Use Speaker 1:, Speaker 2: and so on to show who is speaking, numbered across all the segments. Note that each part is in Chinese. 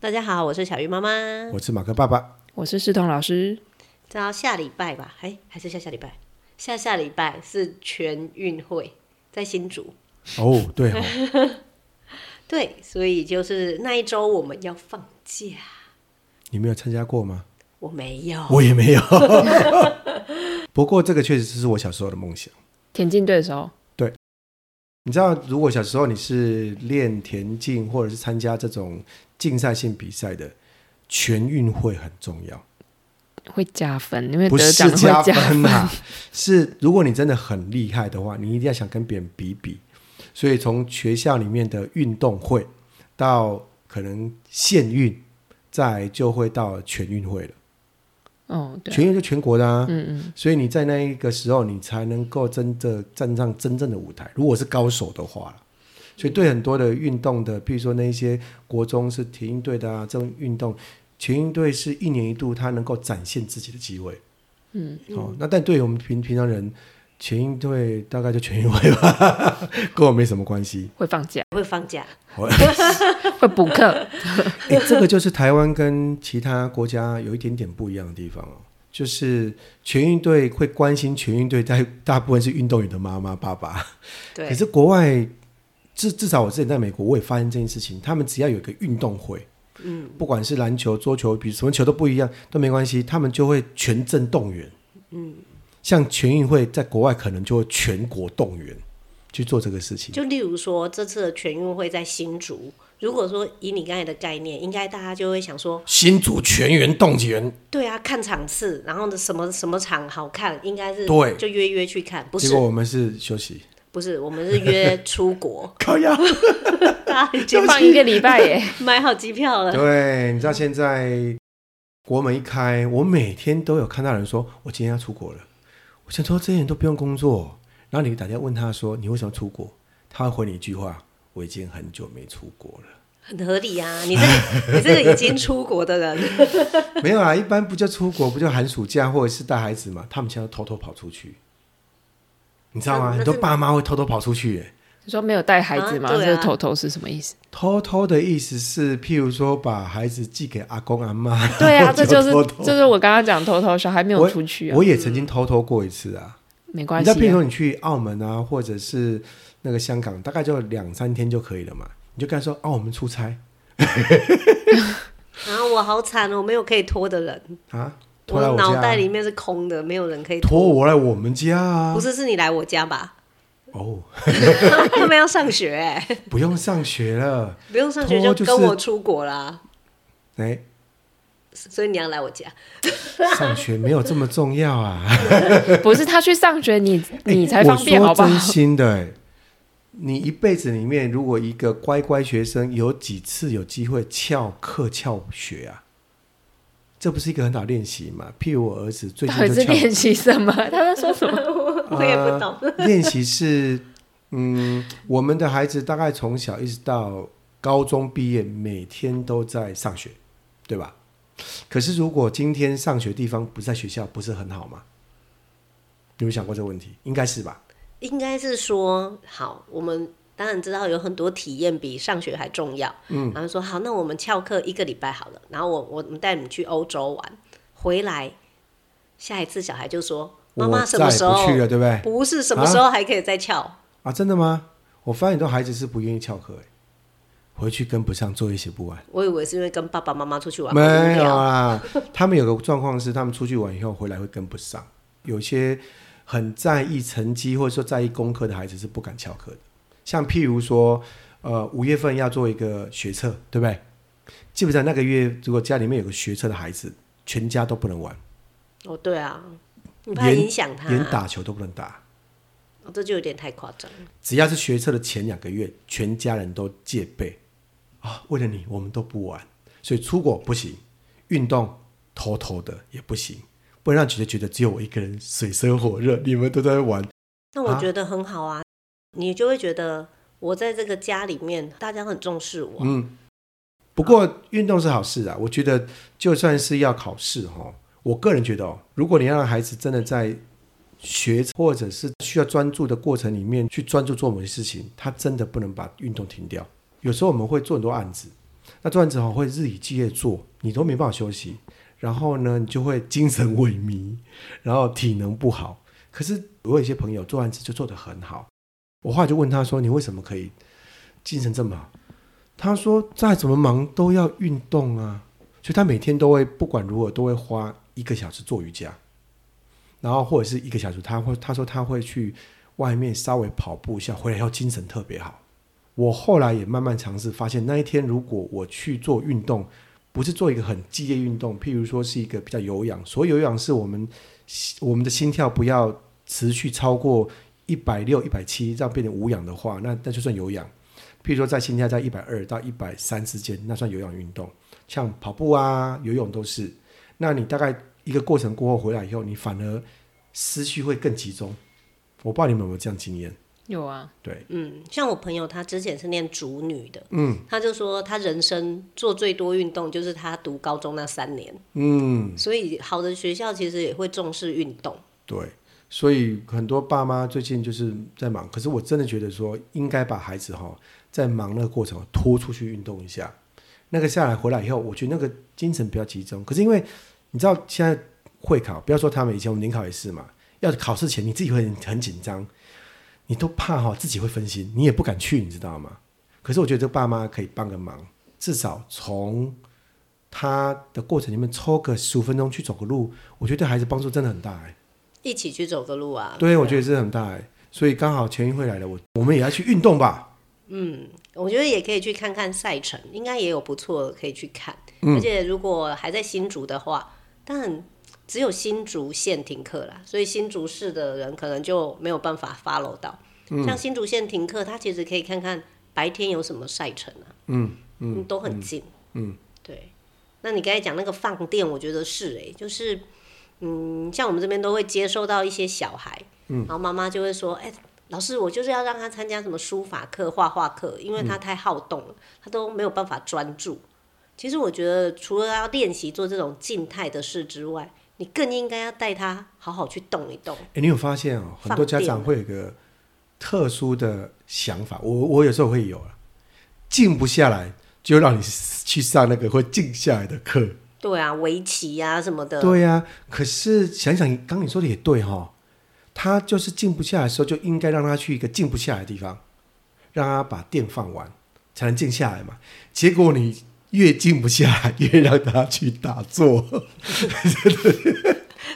Speaker 1: 大家好，我是小鱼妈妈。
Speaker 2: 我是马克爸爸，
Speaker 3: 我是世彤老师，
Speaker 1: 到下礼拜吧，哎，还是下下礼拜，下下礼拜是全运会在新竹。
Speaker 2: 哦，对 哦，
Speaker 1: 对，所以就是那一周我们要放假，
Speaker 2: 你没有参加过吗？
Speaker 1: 我没有。
Speaker 2: 哦我也没有。 不过这个确实是我小时候的梦想。
Speaker 3: 田径队的时候，
Speaker 2: 你知道，如果小时候你是练田径或者是参加这种竞赛性比赛的，全运会很重要，
Speaker 3: 会加分，因为
Speaker 2: 不
Speaker 3: 得
Speaker 2: 是
Speaker 3: 奖会
Speaker 2: 加
Speaker 3: 分。
Speaker 2: 分啊， 是如果你真的很厉害的话，你一定要想跟别人比比。所以从学校里面的运动会到可能县运，再来就会到全运会了。
Speaker 3: 哦，对，
Speaker 2: 全运就全国的啊，
Speaker 3: 嗯嗯，
Speaker 2: 所以你在那一个时候，你才能够真的站上真正的舞台。如果是高手的话啦所以对很多的运动的，比如说那一些国中是田运队的啊，这种运动，全运队是一年一度，它能够展现自己的机会。嗯，哦，那但对于我们平平常人，全运队大概就全运会吧， 跟我没什么关系。
Speaker 3: 会放假，
Speaker 1: 会放假，
Speaker 3: 会补 课，
Speaker 2: 哎，这个就是台湾跟其他国家有一点点不一样的地方哦，就是全运队会关心全运队，大大部分是运动员的妈妈爸爸，可
Speaker 1: 对，
Speaker 2: 是国外至至少我之前在美国，我也发现这件事情，他们只要有一个运动会，嗯，不管是篮球、桌球，比如什么球都不一样，都没关系，他们就会全镇动员，嗯，像全运会在国外可能就会全国动员去做这个事情，
Speaker 1: 就例如说这次的全运会在新竹，如果说以你刚才的概念，应该大家就会想说，
Speaker 2: 新组全员动员，
Speaker 1: 对啊，看场次，然后呢什么什么场好看，应该是
Speaker 2: 对
Speaker 1: 就约约去看，不
Speaker 2: 结
Speaker 1: 是
Speaker 2: 果我们是休息，
Speaker 1: 不是，我们是约出 国，
Speaker 2: 高压。
Speaker 1: 大家已经
Speaker 3: 就放一个礼 拜耶。
Speaker 1: 买好机票 了，
Speaker 2: 对，你知道现在国门一开，我每天都有看到人说，我今天要出国了。我想说，这些人都不用工作，然后你打电话问他说，你为什么出国？他会回你一句话：我已经很久没出国 了。
Speaker 1: 很合理啊。 你这个你这个已经出国的人，
Speaker 2: 没有啦，啊一般不就出国，不就寒暑假或者是带孩子嘛？他们现在都偷偷跑出去，你知道 吗？
Speaker 1: 那那是
Speaker 2: 很多爸妈会偷偷跑出去、耶。
Speaker 3: 你说没有带孩子吗？
Speaker 1: 啊对啊
Speaker 3: 这个头头是什 么意思？
Speaker 2: 偷偷的意思是，譬如说把孩子寄给阿公阿妈。
Speaker 3: 对啊，这就是
Speaker 2: 偷偷
Speaker 3: 这就是我刚刚讲头头，小孩没有
Speaker 2: 我
Speaker 3: 出去啊
Speaker 2: 我，也曾经偷偷过一次啊。
Speaker 3: 没
Speaker 2: 你
Speaker 3: 关系
Speaker 2: 知道，譬如
Speaker 3: 啊，
Speaker 2: 说你去澳门啊，或者是那个香港，大概就两三天就可以了嘛。你就跟他说：“哦，我们出差
Speaker 1: 然后我好惨哦，我没有可以拖的人。
Speaker 2: 啊，拖
Speaker 1: 我
Speaker 2: 来我
Speaker 1: 脑
Speaker 2: 家、
Speaker 1: 袋
Speaker 2: 啊，
Speaker 1: 里面是空的，没有人可以
Speaker 2: 拖。我来我们家啊。”
Speaker 1: 不是，是你来我家吧？
Speaker 2: 哦，
Speaker 1: 他们要上学哎、
Speaker 2: 不用上学了，
Speaker 1: 不用上学
Speaker 2: 拖
Speaker 1: 就
Speaker 2: 就是
Speaker 1: 跟我出国啦，
Speaker 2: 哎，
Speaker 1: 所以你要来我家。
Speaker 2: 上学没有这么重要啊。
Speaker 3: 不是他去上学，你 你才
Speaker 2: 哎我
Speaker 3: 方便好
Speaker 2: 说
Speaker 3: 不
Speaker 2: 真
Speaker 3: 好？
Speaker 2: 心的、哎你一辈子里面，如果一个乖乖学生有几次有机会翘课翘学啊？这不是一个很好练习嘛？譬如我儿子最
Speaker 3: 到底
Speaker 2: 近
Speaker 3: 是
Speaker 2: 就翘
Speaker 3: 练习什么？ 他在说什么？
Speaker 1: 我也不懂。
Speaker 2: 呃练习是，嗯，我们的孩子大概从小一直到高中毕业，每天都在上学，对吧？可是如果今天上学地方不在学校，不是很好吗？你有没有想过这个问题？应该是吧？
Speaker 1: 应该是说，好，我们当然知道有很多体验比上学还重要。嗯，然后说好，那我们翘课一个礼拜好了，然后我我们带你去欧洲玩，回来下一次小孩就说妈妈
Speaker 2: 我
Speaker 1: 什
Speaker 2: 再
Speaker 1: 么时候
Speaker 2: 不去了，对不对？
Speaker 1: 不是什么时候还可以再翘？
Speaker 2: 哎啊，真的吗？我发现很多孩子是不愿意翘课、欸，回去跟不上，作业写不完。
Speaker 1: 我以为是因为跟爸爸妈妈出去玩
Speaker 2: 没
Speaker 1: 无
Speaker 2: 有啊
Speaker 1: 聊
Speaker 2: 啦，他们有个状况是，他们出去玩以后回来会跟不上。有些很在意成绩或者说在意功课的孩子是不敢翘课的。像譬如说，呃，五月份要做一个学测，对不对？基本上那个月，如果家里面有个学测的孩子，全家都不能玩，
Speaker 1: 哦，对啊，你怕
Speaker 2: 严
Speaker 1: 影响他、啊
Speaker 2: 连打球都不能打。
Speaker 1: 哦，这就有点太夸张了。
Speaker 2: 只要是学测的前两个月，全家人都戒备啊，为了你，我们都不玩，所以出国不行，运动偷偷的也不行，不能让姐姐觉得只有我一个人水深火热，你们都在玩。
Speaker 1: 那我
Speaker 2: 啊
Speaker 1: 觉得很好啊，你就会觉得我在这个家里面，大家很重视我。
Speaker 2: 嗯，不过运动是好事啊，我觉得就算是要考试哈，我个人觉得哦，如果你要让孩子真的在学或者是需要专注的过程里面去专注做某些事情，他真的不能把运动停掉。有时候我们会做很多案子，那这样子好会日以继夜做，你都没办法休息，然后呢，你就会精神萎靡， 然后体能不好。可是我有一些朋友做完子就做得很好，我后来就问他说：“你为什么可以精神这么好？”他说：“再怎么忙都要运动啊，所以他每天都会不管如何都会花一个小时做瑜伽，然后或者是一个小时，他会他说他会去外面稍微跑步一下，回来以后精神特别好。”我后来也慢慢尝试，发现那一天如果我去做运动，不是做一个很激烈运动，譬如说是一个比较有氧，所以有氧是我们我们的心跳不要持续超过一百六、一百七，这样变成无氧的话，那那就算有氧。譬如说在心跳在一百二到一百三之间，那算有氧运动，像跑步啊、游泳都是。那你大概一个过程过后回来以后，你反而思绪会更集中。我不知道你们有没有这样经验？
Speaker 3: 有啊，
Speaker 2: 对，
Speaker 1: 嗯，像我朋友，他之前是念主女的，嗯，他就说他人生做最多运动就是他读高中那三年，
Speaker 2: 嗯，
Speaker 1: 所以好的学校其实也会重视运动。
Speaker 2: 对，所以很多爸妈最近就是在忙，可是我真的觉得说，应该把孩子哈、在忙那个过程拖出去运动一下，那个下来回来以后，我觉得那个精神比较集中。可是因为你知道现在会考，不要说他们以前我们联考也是嘛，要考试前你自己会很很紧张，你都怕哈、自己会分心，你也不敢去，你知道吗？可是我觉得这爸妈可以帮个忙，至少从他的过程里面抽个十五分钟去走个路，我觉得对孩子帮助真的很大哎、
Speaker 1: 一起去走个路啊！
Speaker 2: 对，我觉得这很大哎。所以刚好全运会来了，我我们也要去运动吧。
Speaker 1: 我觉得也可以去看看赛程，应该也有不错的可以去看。而且如果还在新竹的话，但只有新竹县停课啦，所以新竹市的人可能就没有办法 follow 到。像新竹县停课，他其实可以看看白天有什么赛程啊，嗯嗯，都很近，嗯，对。那你刚才讲那个放电，我觉得是诶、就是嗯，像我们这边都会接收到一些小孩，嗯，然后妈妈就会说，哎、老师，我就是要让他参加什么书法课、画画课，因为他
Speaker 2: 嗯
Speaker 1: 太好动了，他都没有办法专注。其实我觉得，除了要练习做这种静态的事之外，你更应该要带他好好去动一动。
Speaker 2: 哎，你有发现哦，很多家长会有一个特殊的想法，我我有时候会有啊，静不下来，就让你去上那个会静下来的课。
Speaker 1: 对啊，围棋呀、啊、什么的，
Speaker 2: 对呀、可是想想刚刚你说的也对哈、他就是静不下来的时候，就应该让他去一个静不下来的地方，让他把电放完，才能静下来嘛。结果你越静不下来，越让他去打坐。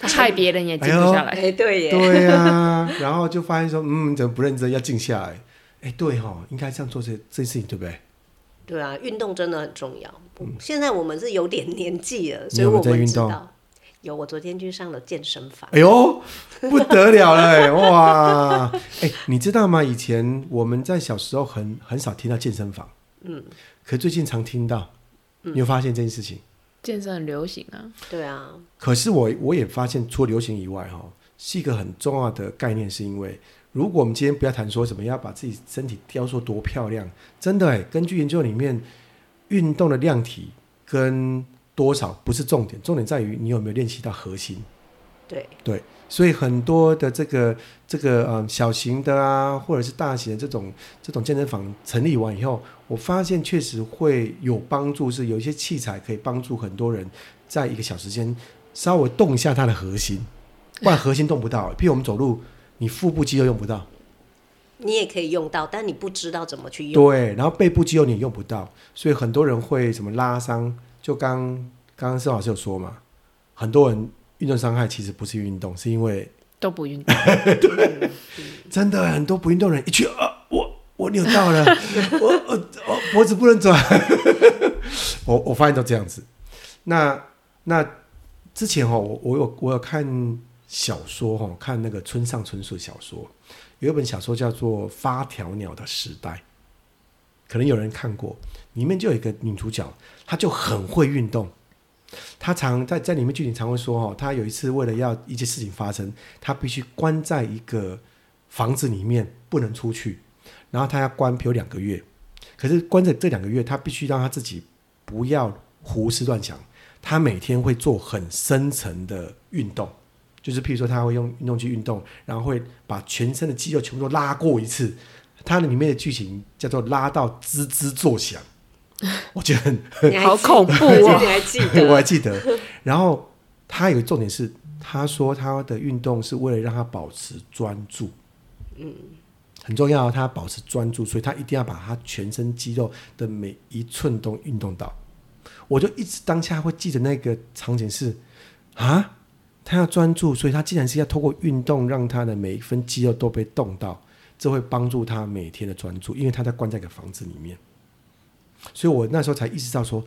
Speaker 3: 他害别人也静不下来。
Speaker 1: 哎，对耶，
Speaker 2: 对呀、然后就发现说，嗯，你怎么不认真？要静下来。哎，对哈、应该这样做这这件事情，对不对？
Speaker 1: 对啊，运动真的很重要。现在我们是有点年纪了，
Speaker 2: 嗯你
Speaker 1: 所以
Speaker 2: 有没
Speaker 1: 我
Speaker 2: 有在
Speaker 1: 们
Speaker 2: 运
Speaker 1: 知
Speaker 2: 动
Speaker 1: 道。有，我昨天去上了健身房。
Speaker 2: 哎呦，不得了了、哎哇！哎，你知道吗？以前我们在小时候很很少听到健身房，嗯，可最近常听到，你有发现这件事情？
Speaker 3: 健身很流行啊，
Speaker 1: 对啊，
Speaker 2: 可是我我也发现，除了流行以外，哈，是一个很重要的概念，是因为如果我们今天不要谈说什么要把自己身体雕塑多漂亮，真的哎，根据研究里面，运动的量体跟多少不是重点，重点在于你有没有练习到核心。
Speaker 1: 对，
Speaker 2: 所以很多的这个这个呃小型的啊，或者是大型的这种这种健身房成立完以后，我发现确实会有帮助，是有一些器材可以帮助很多人在一个小时间稍微动一下他的核心，不然核心动不到。譬如我们走路，你腹部肌肉用不到，
Speaker 1: 你也可以用到，但你不知道怎么去用。
Speaker 2: 对，然后背部肌肉你也用不到，所以很多人会什么拉伤，就刚刚刚孙老师有说嘛，很多人运动伤害其实不是运动，是因为
Speaker 3: 都不运 动，
Speaker 2: 真的很多不运动人一去啊，我我扭到 了，我我我脖子不能转， 我我发现都这样子。那那之前哦，我我有我有看小说哦，看那个村上春树小说，有一本小说叫做《发条鸟的时代》，可能有人看过，里面就有一个女主角，她就很会运动。她常在在里面剧情常会说哦，她有一次为了要一件事情发生，她必须关在一个房子里面不能出去，然后他要关，比如两个月。可是关着这两个月，他必须让他自己不要胡思乱想。他每天会做很深层的运动，就是譬如说他会用运动去运动，然后会把全身的肌肉全部都拉过一次。它的里面的剧情叫做拉到吱吱作响，我觉得很
Speaker 1: 你还
Speaker 3: 好
Speaker 1: 记
Speaker 3: 恐怖
Speaker 1: 我
Speaker 3: 哦
Speaker 1: 记得你还记
Speaker 2: 我
Speaker 1: 得？
Speaker 2: 还记得。然后他有重点是，他说他的运动是为了让他保持专注，嗯，很重要，啊他保持专注，所以他一定要把他全身肌肉的每一寸都运动到。我就一直当下会记得那个场景是啊，他要专注，所以他竟然是要透过运动让他的每一分肌肉都被动到，这会帮助他每天的专注，因为他在关在一个房子里面。所以我那时候才意识到说，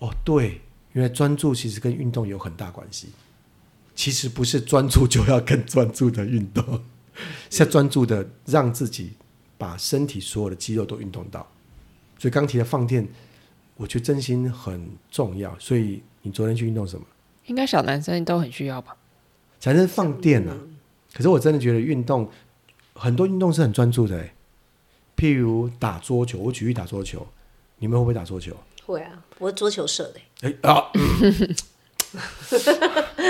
Speaker 2: 哦，对，原来专注其实跟运动有很大关系。其实不是专注就要更专注的运动，是要专注的让自己把身体所有的肌肉都运动到。所以刚提的放电，我觉得真心很重要。所以你昨天去运动什么？
Speaker 3: 应该小男生都很需要吧？
Speaker 2: 才能放电啊！可是我真的觉得运动，很多运动是很专注的、欸，譬如打桌球，我举例打桌球，你们会不会打桌球？
Speaker 1: 会啊，我桌球社的，
Speaker 2: 哎、啊！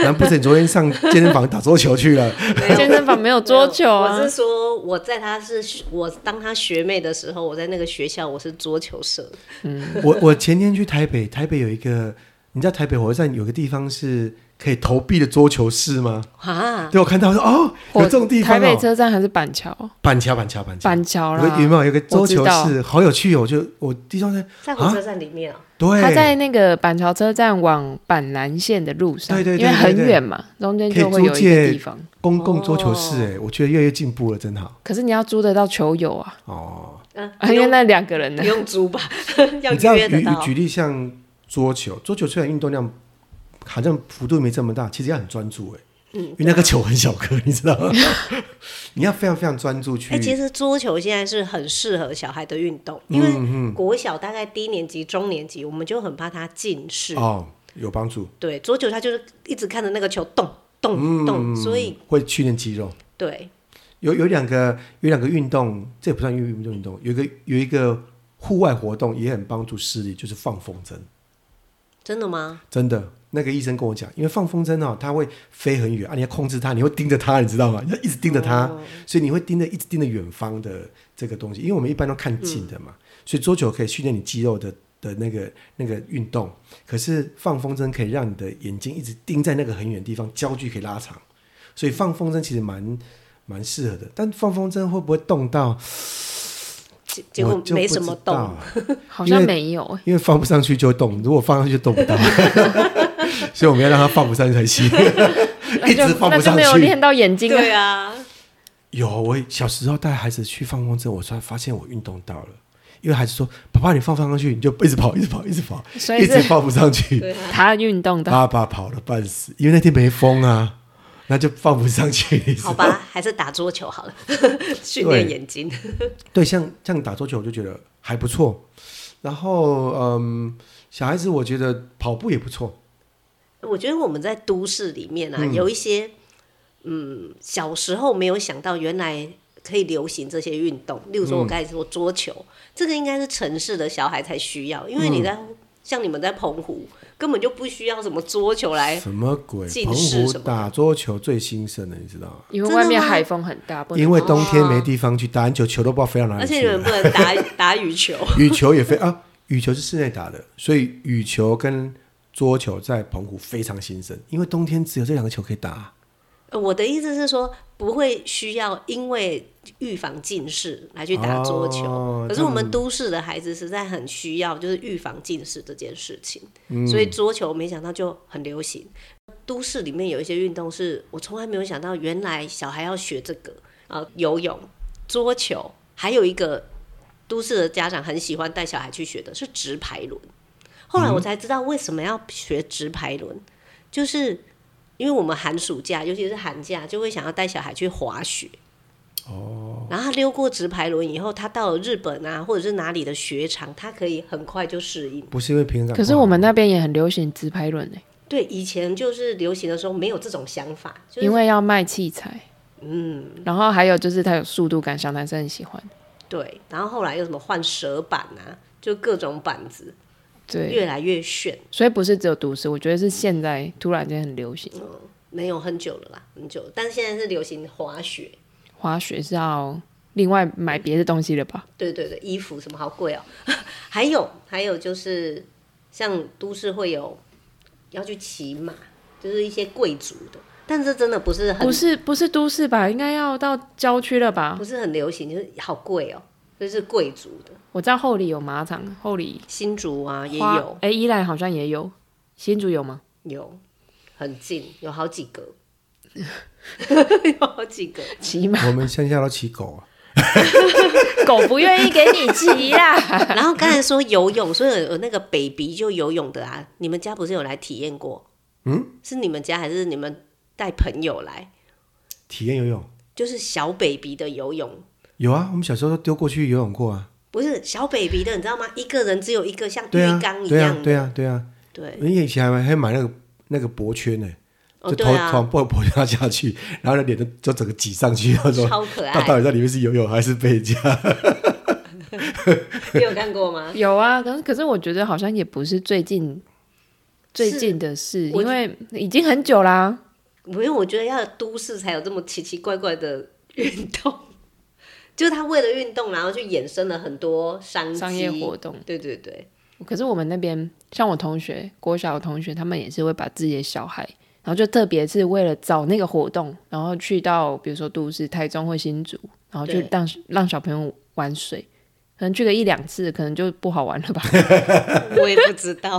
Speaker 2: 难不成你昨天上健身房打桌球去了？
Speaker 1: 没有
Speaker 3: 健身房没有桌球啊
Speaker 1: 我是说，我在他是我当他学妹的时候，我在那个学校我是桌球社的，
Speaker 2: 我我前天去台北，台北有一个，你知道台北火车站有个地方是可以投币的桌球室吗？
Speaker 1: 啊，
Speaker 2: 对，我看到我说哦，有这种地方
Speaker 3: 台北
Speaker 2: 哦，
Speaker 3: 车站还是板桥？
Speaker 2: 板桥板桥板桥，
Speaker 3: 板桥
Speaker 2: 有个
Speaker 3: 啦，
Speaker 2: 有没有有个桌球
Speaker 3: 我知道
Speaker 2: 室，好有趣哦！我就我地上在
Speaker 1: 在火车站里面啊，
Speaker 2: 对，
Speaker 3: 他在那个板桥车站往板南线的路上，
Speaker 2: 对对对
Speaker 3: 因为很
Speaker 2: 对对
Speaker 3: 远嘛，中间
Speaker 2: 可以
Speaker 3: 就会有
Speaker 2: 租
Speaker 3: 一个
Speaker 2: 借
Speaker 3: 地方。
Speaker 2: 公共桌球室，哎，我觉得越来越进步了，真好
Speaker 3: 可是你要租得到球友啊，
Speaker 2: 哦。
Speaker 1: 嗯、
Speaker 3: 啊因为那两个人呢
Speaker 1: 不，用租吧，要
Speaker 2: 你知道，
Speaker 1: 约得
Speaker 2: 举
Speaker 1: 到。
Speaker 2: 举例像桌球，桌球虽然运动量好像幅度没这么大，其实要很专注，哎，
Speaker 1: 嗯
Speaker 2: 因为那个球很小颗，你知道吗？ 你要非常非常专注去
Speaker 1: 哎、，其实桌球现在是很适合小孩的运动，因为
Speaker 2: 嗯
Speaker 1: 国小大概低年级、中年级，我们就很怕他近视。
Speaker 2: 嗯，哦，有帮助，
Speaker 1: 对，桌球他就是一直看着那个球动动
Speaker 2: 嗯
Speaker 1: 动，所以
Speaker 2: 会训练肌肉。
Speaker 1: 对，
Speaker 2: 有有两个有两个运动，这也不算运动运动，有一个有一个户外活动也很帮助视力，就是放风筝。
Speaker 1: 真的吗？
Speaker 2: 真的，那个医生跟我讲，因为放风筝哦，它会飞很远啊，你要控制它，你会盯着它，你知道吗？你要一直盯着它，
Speaker 1: 哦
Speaker 2: 所以你会盯着一直盯着远方的这个东西，因为我们一般都看近的嘛，
Speaker 1: 嗯
Speaker 2: 所以桌球可以训练你肌肉的的那个那个运动，可是放风筝可以让你的眼睛一直盯在那个很远的地方，焦距可以拉长，所以放风筝其实蛮蛮适合的，但放风筝会不会动到？
Speaker 1: 结结
Speaker 2: 我
Speaker 1: 果
Speaker 2: 就
Speaker 1: 没
Speaker 2: 不
Speaker 1: 什
Speaker 2: 知
Speaker 1: 么
Speaker 2: 道
Speaker 1: 动，
Speaker 2: 啊
Speaker 3: 好
Speaker 2: 因
Speaker 3: 像
Speaker 2: 为
Speaker 3: 没有欸。
Speaker 2: 因为放不上去就动，如果放上去就动不 到，所以我们要让它放不上去才行，
Speaker 3: 那
Speaker 2: 一
Speaker 3: 就
Speaker 2: 直放不
Speaker 3: 哎那就
Speaker 2: 上
Speaker 3: 没有
Speaker 2: 去。
Speaker 3: 练到眼睛啊。
Speaker 1: 对啊，
Speaker 2: 有，我小时候带孩子去放风筝，我突然发现我运动到了，因为孩子说：“爸爸，你放放上去，你就一直跑，一直跑，一直跑，
Speaker 3: 所以
Speaker 2: 一直
Speaker 3: 是
Speaker 2: 放不上 去。
Speaker 1: 对啊，
Speaker 3: 他运”动的，
Speaker 2: 爸爸跑了半死，因为那天没风啊，那就放不上去。 你知道
Speaker 1: 好吧，还是打桌球好了， 训练眼睛。
Speaker 2: 对，像像打桌球，我就觉得还不错。然后，嗯，小孩子我觉得跑步也不错。
Speaker 1: 我觉得我们在都市里面啊，有一些，嗯，小时候没有想到原来可以流行这些运动，例如
Speaker 2: 嗯
Speaker 1: 说我刚才说桌球，这个应该是城市的小孩才需要，因为
Speaker 2: 嗯
Speaker 1: 你在、像你们在澎湖根本就不需要什么桌球来，
Speaker 2: 什么鬼？
Speaker 1: 近
Speaker 2: 澎
Speaker 1: 视
Speaker 2: 湖
Speaker 1: 什么的
Speaker 2: 打桌球最兴盛的，你知道吗？
Speaker 3: 因为
Speaker 1: 真的
Speaker 3: 外面
Speaker 1: 吗
Speaker 3: 海风很大，不能
Speaker 2: 因为冬天没地方去，打篮球球都不知道飞到哪
Speaker 1: 而
Speaker 2: 里
Speaker 1: 且
Speaker 2: 去
Speaker 1: 你
Speaker 2: 了。
Speaker 1: 们不能 打打羽球，
Speaker 2: 羽球也飞啊，羽球是室内打的，所以羽球跟桌球在澎湖非常兴盛，因为冬天只有这两个球可以打。
Speaker 1: 呃我的意思是说不会需要因为预防近视来去打桌球。
Speaker 2: 哦
Speaker 1: 可是我
Speaker 2: 他
Speaker 1: 们都市的孩子实在很需要，就是预防近视这件事情，所以桌球没想到就很流行。都市里面有一些运动是我从来没有想到，原来小孩要学这个啊、游泳、桌球，还有一个都市的家长很喜欢带小孩去学的是直排轮。后来我才知道为什么要学直排轮，就是因为我们寒暑假，尤其是寒假，就会想要带小孩去滑雪。然后他溜过直排轮以后，他到了日本啊，或者是哪里的雪场，他可以很快就适应。
Speaker 2: 不是因为平衡感不好，
Speaker 3: 可是我们那边也很流行直拍轮诶，
Speaker 1: 对，以前就是流行的时候没有这种想法，就是
Speaker 3: 因为要卖器材，嗯，然后还有就是它有速度感，小男生很喜欢，
Speaker 1: 对。然后后来又什么换蛇板啊，就各种板子，
Speaker 3: 对，
Speaker 1: 越来越炫。
Speaker 3: 所以不是只有都市，我觉得是现在突然间很流行，
Speaker 1: 嗯没有很久了啦，很久了，但现在是流行滑雪，
Speaker 3: 滑雪是要另外买别的东西了吧？
Speaker 1: 对对对，衣服什么好贵哦。 还有还有就是，像都市会有要去骑马，就是一些贵族的，但这真的不是很
Speaker 3: 不是不是都市吧？应该要到郊区了吧？
Speaker 1: 不是很流行，就是好贵哦，就是贵族的。
Speaker 3: 我知道后里有马场，后里
Speaker 1: 新竹啊也
Speaker 3: 花
Speaker 1: 有
Speaker 3: 哎、宜兰好像也有，新竹有吗？
Speaker 1: 有，很近，有好几个， 有好几个。
Speaker 3: 骑马
Speaker 2: 我们乡下都骑狗啊，
Speaker 3: 狗不愿意给你 骑啦。
Speaker 1: 然后刚才说游泳，所以有那个 baby 就游泳的啊，你们家不是有来体验过？嗯，是你们家还是你们带朋友来？
Speaker 2: 体验游泳
Speaker 1: 就是小 baby 的游泳，
Speaker 2: 有啊，我们小时候都丢过去游泳过啊，
Speaker 1: 不是小 baby 的，你知道吗？一个人只有一个像
Speaker 2: 对啊
Speaker 1: 浴缸，一
Speaker 2: 对啊
Speaker 1: 样，的，
Speaker 2: 对啊，对啊，
Speaker 1: 对，
Speaker 2: 你以前还还买那个那个脖圈呢、
Speaker 1: 哦
Speaker 2: 就
Speaker 1: 对
Speaker 2: 头
Speaker 1: 啊，
Speaker 2: 从脖脖圈下去，然后脸就就整个挤上去，他说
Speaker 1: 超可
Speaker 2: 到到
Speaker 1: 爱，
Speaker 2: 底在里面是游泳还是被人家？
Speaker 1: 你有看过吗？
Speaker 3: 有啊，可是可是我觉得好像也不是最近最
Speaker 1: 是
Speaker 3: 近的事，
Speaker 1: 我
Speaker 3: 因为已经很久啦、
Speaker 1: 不用，我觉得要都市才有这么奇奇怪怪的运动， 就是他为了运动，然后去衍生了很多商机
Speaker 3: 商业活动。
Speaker 1: 对对对，
Speaker 3: 可是我们那边像我同学，国小的同学，他们也是会把自己的小孩，然后就特别是为了找那个活动，然后去到比如说都市、台中或新竹，然后就
Speaker 1: 对
Speaker 3: 让让小朋友玩水，可能去个一两次，可能就不好玩了吧？
Speaker 1: 我也不知道，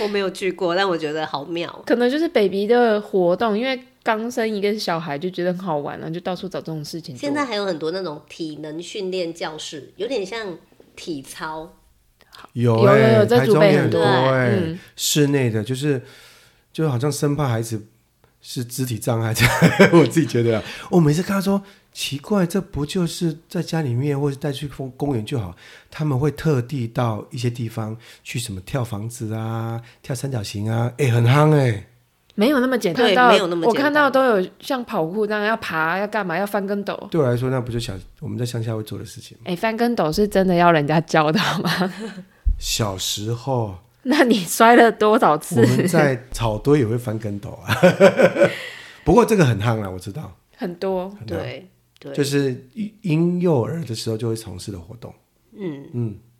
Speaker 1: 我没有去过，但我觉得好妙。
Speaker 3: 可能就是 baby 的活动，因为刚生一个小孩就觉得很好玩啊，就到处找这种事情做。
Speaker 1: 现在还有很多那种体能训练教室，有点像体操，
Speaker 2: 有
Speaker 3: 有
Speaker 2: 哎、
Speaker 3: 有有在
Speaker 2: 台
Speaker 3: 祖
Speaker 2: 中
Speaker 3: 辈
Speaker 2: 也
Speaker 3: 很
Speaker 2: 很
Speaker 1: 多
Speaker 2: 多哎、
Speaker 3: 嗯，
Speaker 2: 室内的，就是就好像生怕孩子是肢体障碍，这 样我自己觉得啊，我每次看他说奇怪，这不就是在家里面或者带去公公园就好？他们会特地到一些地方去什么跳房子啊、跳三角形啊，哎、很夯哎、
Speaker 3: 没有那么简单，
Speaker 1: 对
Speaker 3: 到
Speaker 1: 没有那么
Speaker 3: 我
Speaker 1: 简
Speaker 3: 看
Speaker 1: 单
Speaker 3: 到都有像跑酷那样要爬、要干嘛、要翻跟斗。
Speaker 2: 对我来说，那不就小我们在乡下会做的事情吗？
Speaker 3: 哎、翻跟斗是真的要人家教的好吗？
Speaker 2: 小时候
Speaker 3: 那你摔了多少
Speaker 2: 我们
Speaker 3: 次？
Speaker 2: 在草堆也会翻跟斗啊， 不过这个很夯啊，我知道。
Speaker 3: 很多。
Speaker 1: 对对，
Speaker 2: 就是婴幼儿的时候就会从事的活动。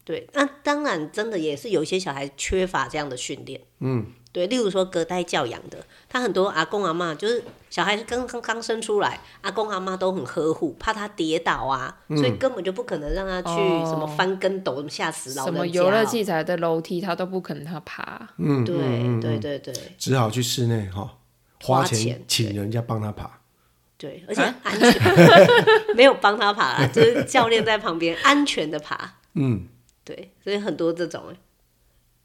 Speaker 1: 对，那当然，真的也是有一些小孩缺乏这样的训练。嗯，对，例如说隔代教养的，他很多阿公阿妈就是小孩刚刚刚生出来，阿公阿妈都很呵护，怕他跌倒啊，所
Speaker 2: 嗯
Speaker 1: 以根本就不可能让他去
Speaker 3: 哦
Speaker 1: 什么翻跟斗，吓死老
Speaker 3: 什
Speaker 1: 人家、
Speaker 3: 么
Speaker 1: 哦。
Speaker 3: 游乐器材的楼梯，他都不可能他爬。
Speaker 2: 嗯，
Speaker 1: 对、
Speaker 2: 嗯嗯
Speaker 1: 对对对
Speaker 2: 只好去室内哈、
Speaker 1: 花
Speaker 2: 花钱
Speaker 1: 钱
Speaker 2: 请人家帮他爬。
Speaker 1: 对，而且
Speaker 2: 啊
Speaker 1: 安全， 没有帮他爬啦，就是教练在旁边安全的爬。
Speaker 2: 嗯，
Speaker 1: 对，所以很多这种欸。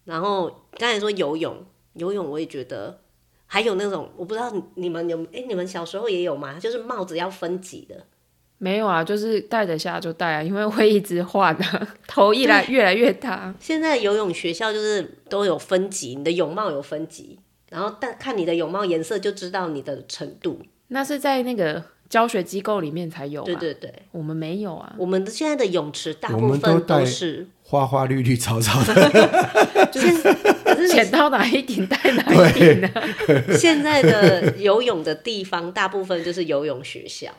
Speaker 1: 然后刚才说游泳，游泳我也觉得，还有那种我不知道你你们有哎、你们小时候也有吗？就是帽子要分级的，
Speaker 3: 没有啊，就是带得下就带啊，因为会一直换啊， 头一来越来越大。
Speaker 1: 现在游泳学校就是都有分级，你的泳帽有分级，然后但看你的泳帽颜色就知道你的程度。
Speaker 3: 那是在那个教学机构里面才有吧？
Speaker 1: 对对对，
Speaker 3: 我们没有啊，
Speaker 1: 我们的现在的泳池大
Speaker 2: 我
Speaker 1: 部
Speaker 2: 们都
Speaker 1: 分都
Speaker 2: 带
Speaker 1: 是，
Speaker 2: 花花绿绿草草的，
Speaker 1: 就是可是
Speaker 3: 钱到哪一顶带哪一顶啊。
Speaker 1: 现在的游泳的地方大部分就是游泳学校。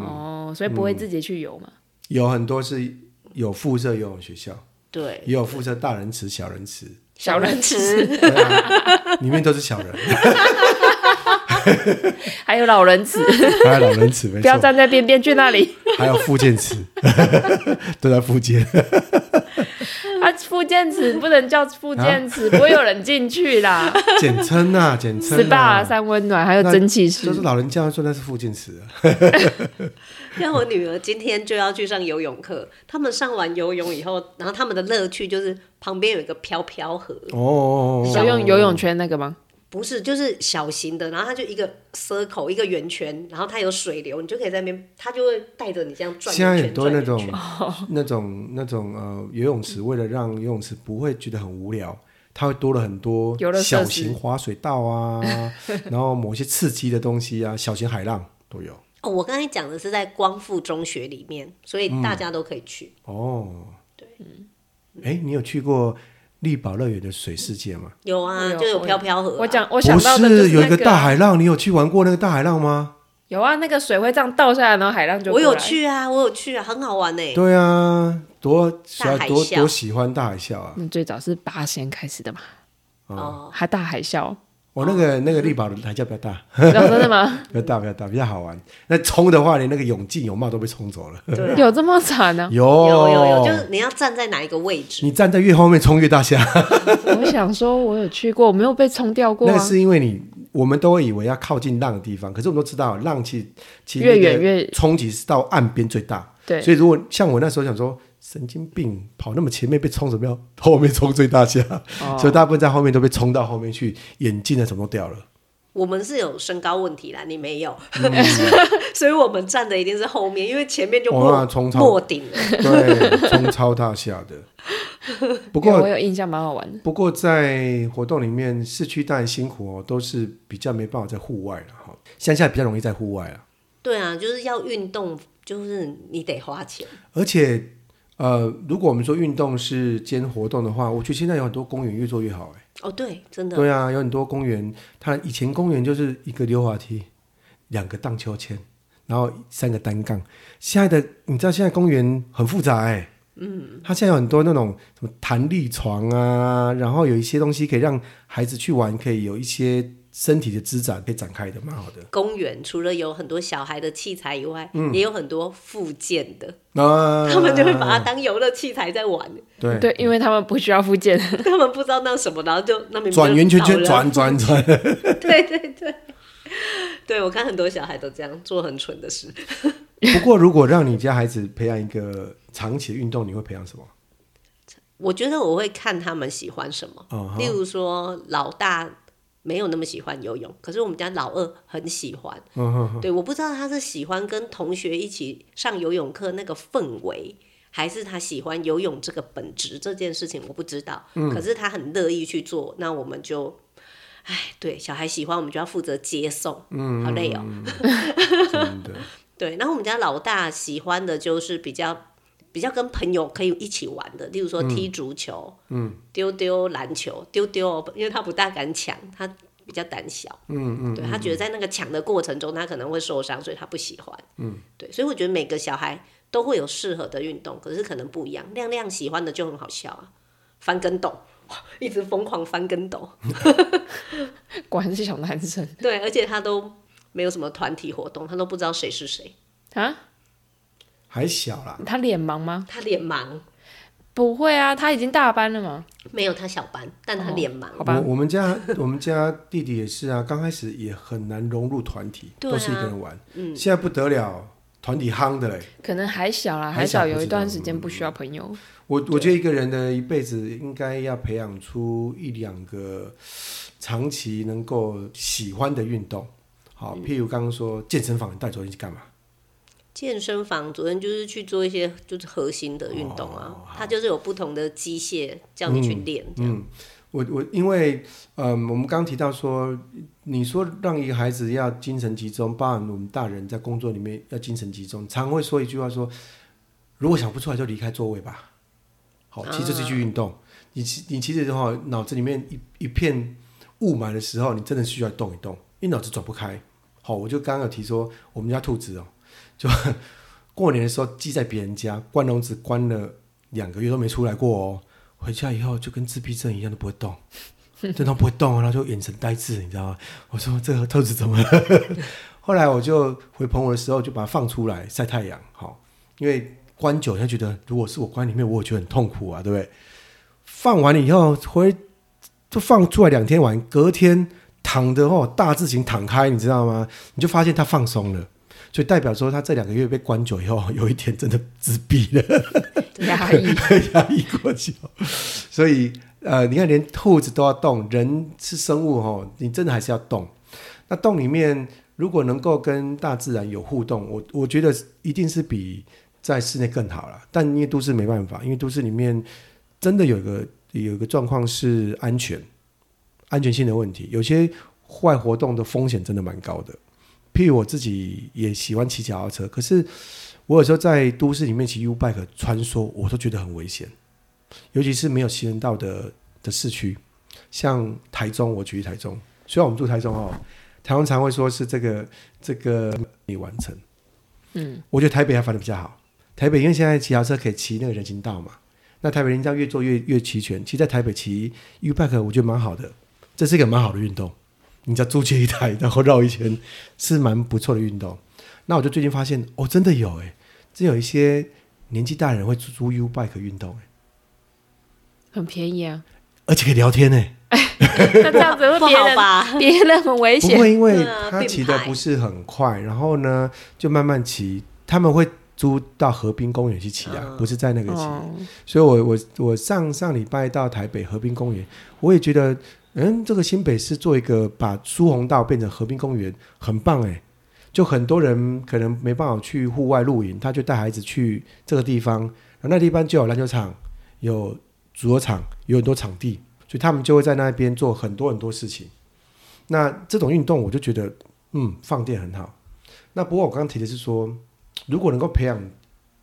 Speaker 3: 哦，所以不会自己去游嘛？
Speaker 2: 有很多是有附设游泳学校，
Speaker 1: 对，
Speaker 2: 也有附设大人池、小人池，
Speaker 3: 小人池，
Speaker 2: 对啊里面都是小人，
Speaker 3: 还有老人池，
Speaker 2: 还有老人池，没
Speaker 3: 不要
Speaker 2: 错，
Speaker 3: 站在边边去那里。
Speaker 2: 还有附件池， 都在附件。
Speaker 3: 啊，复健池不能叫复健池，不会有人进去啦。
Speaker 2: 简称啊，简称
Speaker 3: SPA、
Speaker 2: 啊。
Speaker 3: 三温暖，还有
Speaker 2: 那
Speaker 3: 蒸汽室
Speaker 2: 就是。老人家说那是附件池啊，
Speaker 1: 像我女儿今天就要去上游泳课，他们上完游泳以后，然后他们的乐趣就是旁边有一个飘飘河，
Speaker 2: 哦哦，哦
Speaker 3: 有用游泳圈那个吗？
Speaker 1: 不是就是小型的，然后它就一个 circle 一个圆圈，然后它有水流，你就可以在那边，它就会带着你这样转一
Speaker 2: 现在
Speaker 1: 圈
Speaker 2: 很多那
Speaker 1: 转
Speaker 2: 种
Speaker 1: 一圈
Speaker 3: 哦
Speaker 2: 那种那种呃游泳池，为了让游泳池不会觉得很无聊，它会多了很多
Speaker 3: 游乐设
Speaker 2: 小
Speaker 3: 施
Speaker 2: 型滑水道 啊，然后某些刺激的东西啊，小型海浪都有。
Speaker 1: 哦，我刚才讲的是在光复中学里面，所
Speaker 2: 嗯
Speaker 1: 以大家都可以去。
Speaker 2: 哦，
Speaker 1: 嗯
Speaker 2: 对，哎，你有去过力宝乐园的水世界吗？
Speaker 1: 有
Speaker 3: 我
Speaker 1: 啊，
Speaker 3: 有
Speaker 1: 就有
Speaker 3: 我有
Speaker 1: 飘飘河啊、
Speaker 3: 我讲我想到
Speaker 2: 不
Speaker 3: 的就是
Speaker 2: 有一
Speaker 3: 那
Speaker 2: 个
Speaker 3: 个
Speaker 2: 大海浪，你有去玩过那个大海浪吗？
Speaker 3: 有啊，那个水会这样倒下来，然后海浪就
Speaker 1: 我
Speaker 3: 过
Speaker 1: 有
Speaker 3: 来，
Speaker 1: 去啊，我有去啊，很好玩呢。
Speaker 2: 对啊，多喜欢
Speaker 1: 大海
Speaker 2: 多
Speaker 1: 啸嗯
Speaker 2: 多喜欢大海啸啊！
Speaker 3: 那最早是八仙开始的嘛，
Speaker 1: 哦，
Speaker 3: 还大海啸，
Speaker 2: 我、那个那个力宝的台阶比较大，
Speaker 3: 你知道真 的吗？
Speaker 2: 比较大，比较大，比较好玩。那冲的话，连那个泳镜、泳帽都被冲 走了。
Speaker 1: 对啊，
Speaker 3: 有这么惨呢、
Speaker 2: 有
Speaker 1: 有有
Speaker 2: 哦
Speaker 1: 有，就是你要站在哪一个位置？
Speaker 2: 你站在越后面冲越大虾，
Speaker 3: 我想说，我有去过，我没有被冲掉过
Speaker 2: 那个
Speaker 3: 啊。
Speaker 2: 是因为你我们都会以为要靠近浪的地方，可是我们都知道浪其实其实
Speaker 3: 越
Speaker 2: 那个
Speaker 3: 远越
Speaker 2: 冲击是到岸边最大。
Speaker 3: 对
Speaker 2: 所以如果像我那时候想说。神经病，跑那么前面被冲什么样？后面冲最大虾，所以大部分在后面都被冲到后面去，眼镜啊什么都掉了。
Speaker 1: 我们是有身高问题啦，你没有，
Speaker 2: 嗯
Speaker 1: 所以我们站的一定是后面，因为前面就
Speaker 2: 我
Speaker 1: 没
Speaker 2: 那冲超
Speaker 1: 没顶了。
Speaker 2: 对，冲超大下的。不
Speaker 3: 有
Speaker 2: 过
Speaker 3: 我有印象，蛮好玩的。
Speaker 2: 不过在活动里面，市区当然辛苦哦，都是比较没办法在户外了哈，乡下比较容易在户外了，
Speaker 1: 对啊，就是要运动，就是你得花钱。
Speaker 2: 而且。呃，如果我们说运动是兼活动的话，我觉得现在有很多公园越做越好哎、
Speaker 1: 哦，对，真的，
Speaker 2: 对啊，有很多公园，它以前公园就是一个溜滑梯，两个荡秋千，然后三个单杠。现在的你知道，现在公园很复杂哎、嗯，它现在有很多那种什么弹力床啊，然后有一些东西可以让孩子去玩，可以有一些身体的滋长可以展开的，蛮好的。
Speaker 1: 公园除了有很多小孩的器材以外，
Speaker 2: 嗯
Speaker 1: 也有很多附件的，
Speaker 2: 啊，
Speaker 1: 他们就会把它当游乐器材在玩，
Speaker 2: 对
Speaker 3: 对，因为他们不需要复 健，
Speaker 1: 他们不知道那什么，然后就那明明就
Speaker 2: 转圆圈圈，
Speaker 1: 倒了，
Speaker 2: 转转转，
Speaker 1: 对对对，对我看很多小孩都这样做很蠢的事，
Speaker 2: 不过，如果让你家孩子培养一个长期的运动，你会培养什么？
Speaker 1: 我觉得我会看他们喜欢什么，
Speaker 2: 嗯哼
Speaker 1: 例如说老大没有那么喜欢游泳，可是我们家老二很喜欢。
Speaker 2: 嗯哼
Speaker 1: 对，我不知道他是喜欢跟同学一起上游泳课那个氛围，还是他喜欢游泳这个本质这件事情，我不知道。
Speaker 2: 嗯
Speaker 1: 可是他很乐意去做，那我们就。哎，对，小孩喜欢我们就要负责接送，嗯，好累哦。
Speaker 2: 嗯真的，
Speaker 1: 对，然后我们家老大喜欢的就是比较比较跟朋友可以一起玩的，例如说踢足球，嗯，丢丢篮球，丢丢哦，因为他不大敢抢，他比较胆小，嗯嗯，对他觉得在那个抢的过程中，他可能会受伤，所以他不喜欢，嗯，对，所以我觉得每个小孩都会有适合的运动，可是可能不一样。亮亮喜欢的就很好笑啊，翻跟斗。 哇一直疯狂翻跟斗，
Speaker 3: 果然是小男生
Speaker 1: 对，而且他都没有什么团体活动，他都不知道谁是谁，
Speaker 3: 啊。
Speaker 2: 还小啦，
Speaker 3: 他脸盲吗？
Speaker 1: 他脸盲，
Speaker 3: 不会啊，他已经大班了嘛。
Speaker 1: 没有，他小班，但他脸盲。
Speaker 3: 好吧
Speaker 2: 我我们家 我们家弟弟也是啊，刚开始也很难融入团体，
Speaker 1: 对啊
Speaker 2: 都是一个人玩。嗯，现在不得了，团体夯的嘞。
Speaker 3: 可能还小啦，
Speaker 2: 还
Speaker 3: 还
Speaker 2: 小
Speaker 3: 小有一段时间不需要朋友。
Speaker 2: 我我觉得一个人的一辈子应该要培养出一两个长期能够喜欢的运动。好，譬如刚刚说健身房，你带昨天去干嘛？
Speaker 1: 健身房昨天就是去做一些就是核心的运动啊，它就是有不同的机械叫你去练，这样、
Speaker 2: 嗯我我因为嗯，我们刚提到说，你说让一个孩子要精神集中，包含我们大人在工作里面要精神集中，常会说一句话说，如果想不出来就离开座位吧。好，其实这是一句运动。
Speaker 1: 啊
Speaker 2: 你其你其实的话，脑子里面一一片雾霾的时候，你真的需要动一动，因为脑子转不开。好，我就刚刚有提说，我们家兔子哦，就 过年的时候寄在别人家，关笼子关了两个月都没出来过哦。回家以后就跟自闭症一样都不会动， 真的不会动，然后就眼神呆滞，你知道吗？我说这个兔子怎么了？ 后来我就回朋友的时候就把它放出来晒太阳，好，因为关久他觉得如果是我关里面，我也觉得很痛苦啊，对不对？放完了以后回就放出来两天玩，隔天躺着哦大字型躺开，你知道吗？你就发现它放松了。所以代表说，他这两个月被关久以后，有一天真的自闭了。
Speaker 3: 压抑
Speaker 2: 压抑过久，所以呃，你看连兔子都要动，人是生物哦，你真的还是要动。那动里面如果能够跟大自然有互动，我我觉得一定是比在室内更好了。但因为都市没办法，因为都市里面真的有一个有一个状况是安全安全性的问题，有些户外活动的风险真的蛮高的。譬如我自己也喜欢骑脚踏车，可是我有时候在都市里面骑 U bike 穿梭，我都觉得很危险，尤其是没有行人道的的市区，像台中，我举例台中，虽然我们住台中哦，台湾常会说是这个这个你完成。嗯，我觉得台北还反而比较好。台北因为现在骑脚车可以骑那个人行道嘛，那台北人行道越做越越齐全。其实在台北骑 U bike 我觉得蛮好的，这是一个蛮好的运动。你只要租借一台，然后绕一圈，是蛮不错的运动。那我就最近发现，哦，真的有哎，真有一些年纪大人会租租 U bike 运动诶，欸
Speaker 3: 很便宜啊。
Speaker 2: 而且可以聊天欸呢。
Speaker 3: 那这样子会
Speaker 1: 不
Speaker 3: 别
Speaker 1: 好
Speaker 3: 人
Speaker 1: 吧？
Speaker 3: 别人很危
Speaker 2: 不
Speaker 3: 险。
Speaker 2: 会，因为
Speaker 1: 对啊
Speaker 2: 他
Speaker 1: 并
Speaker 2: 骑的
Speaker 1: 排
Speaker 2: 不是很快，然后呢就慢慢骑。他们会租到河滨公园去骑啊，
Speaker 1: 嗯
Speaker 2: 不是在那个骑。
Speaker 3: 哦，
Speaker 2: 所以我我我上上礼拜到台北河滨公园，我也觉得，嗯，这个新北市做一个把苏红道变成河滨公园，很棒哎。就很多人可能没办法去户外露营，他就带孩子去这个地方，然后那地方就有篮球场、有足球场、有很多场地，所以他们就会在那边做很多很多事情。那这种运动，我就觉得，嗯，放电很好。那不过我刚刚提的是说，如果能够培养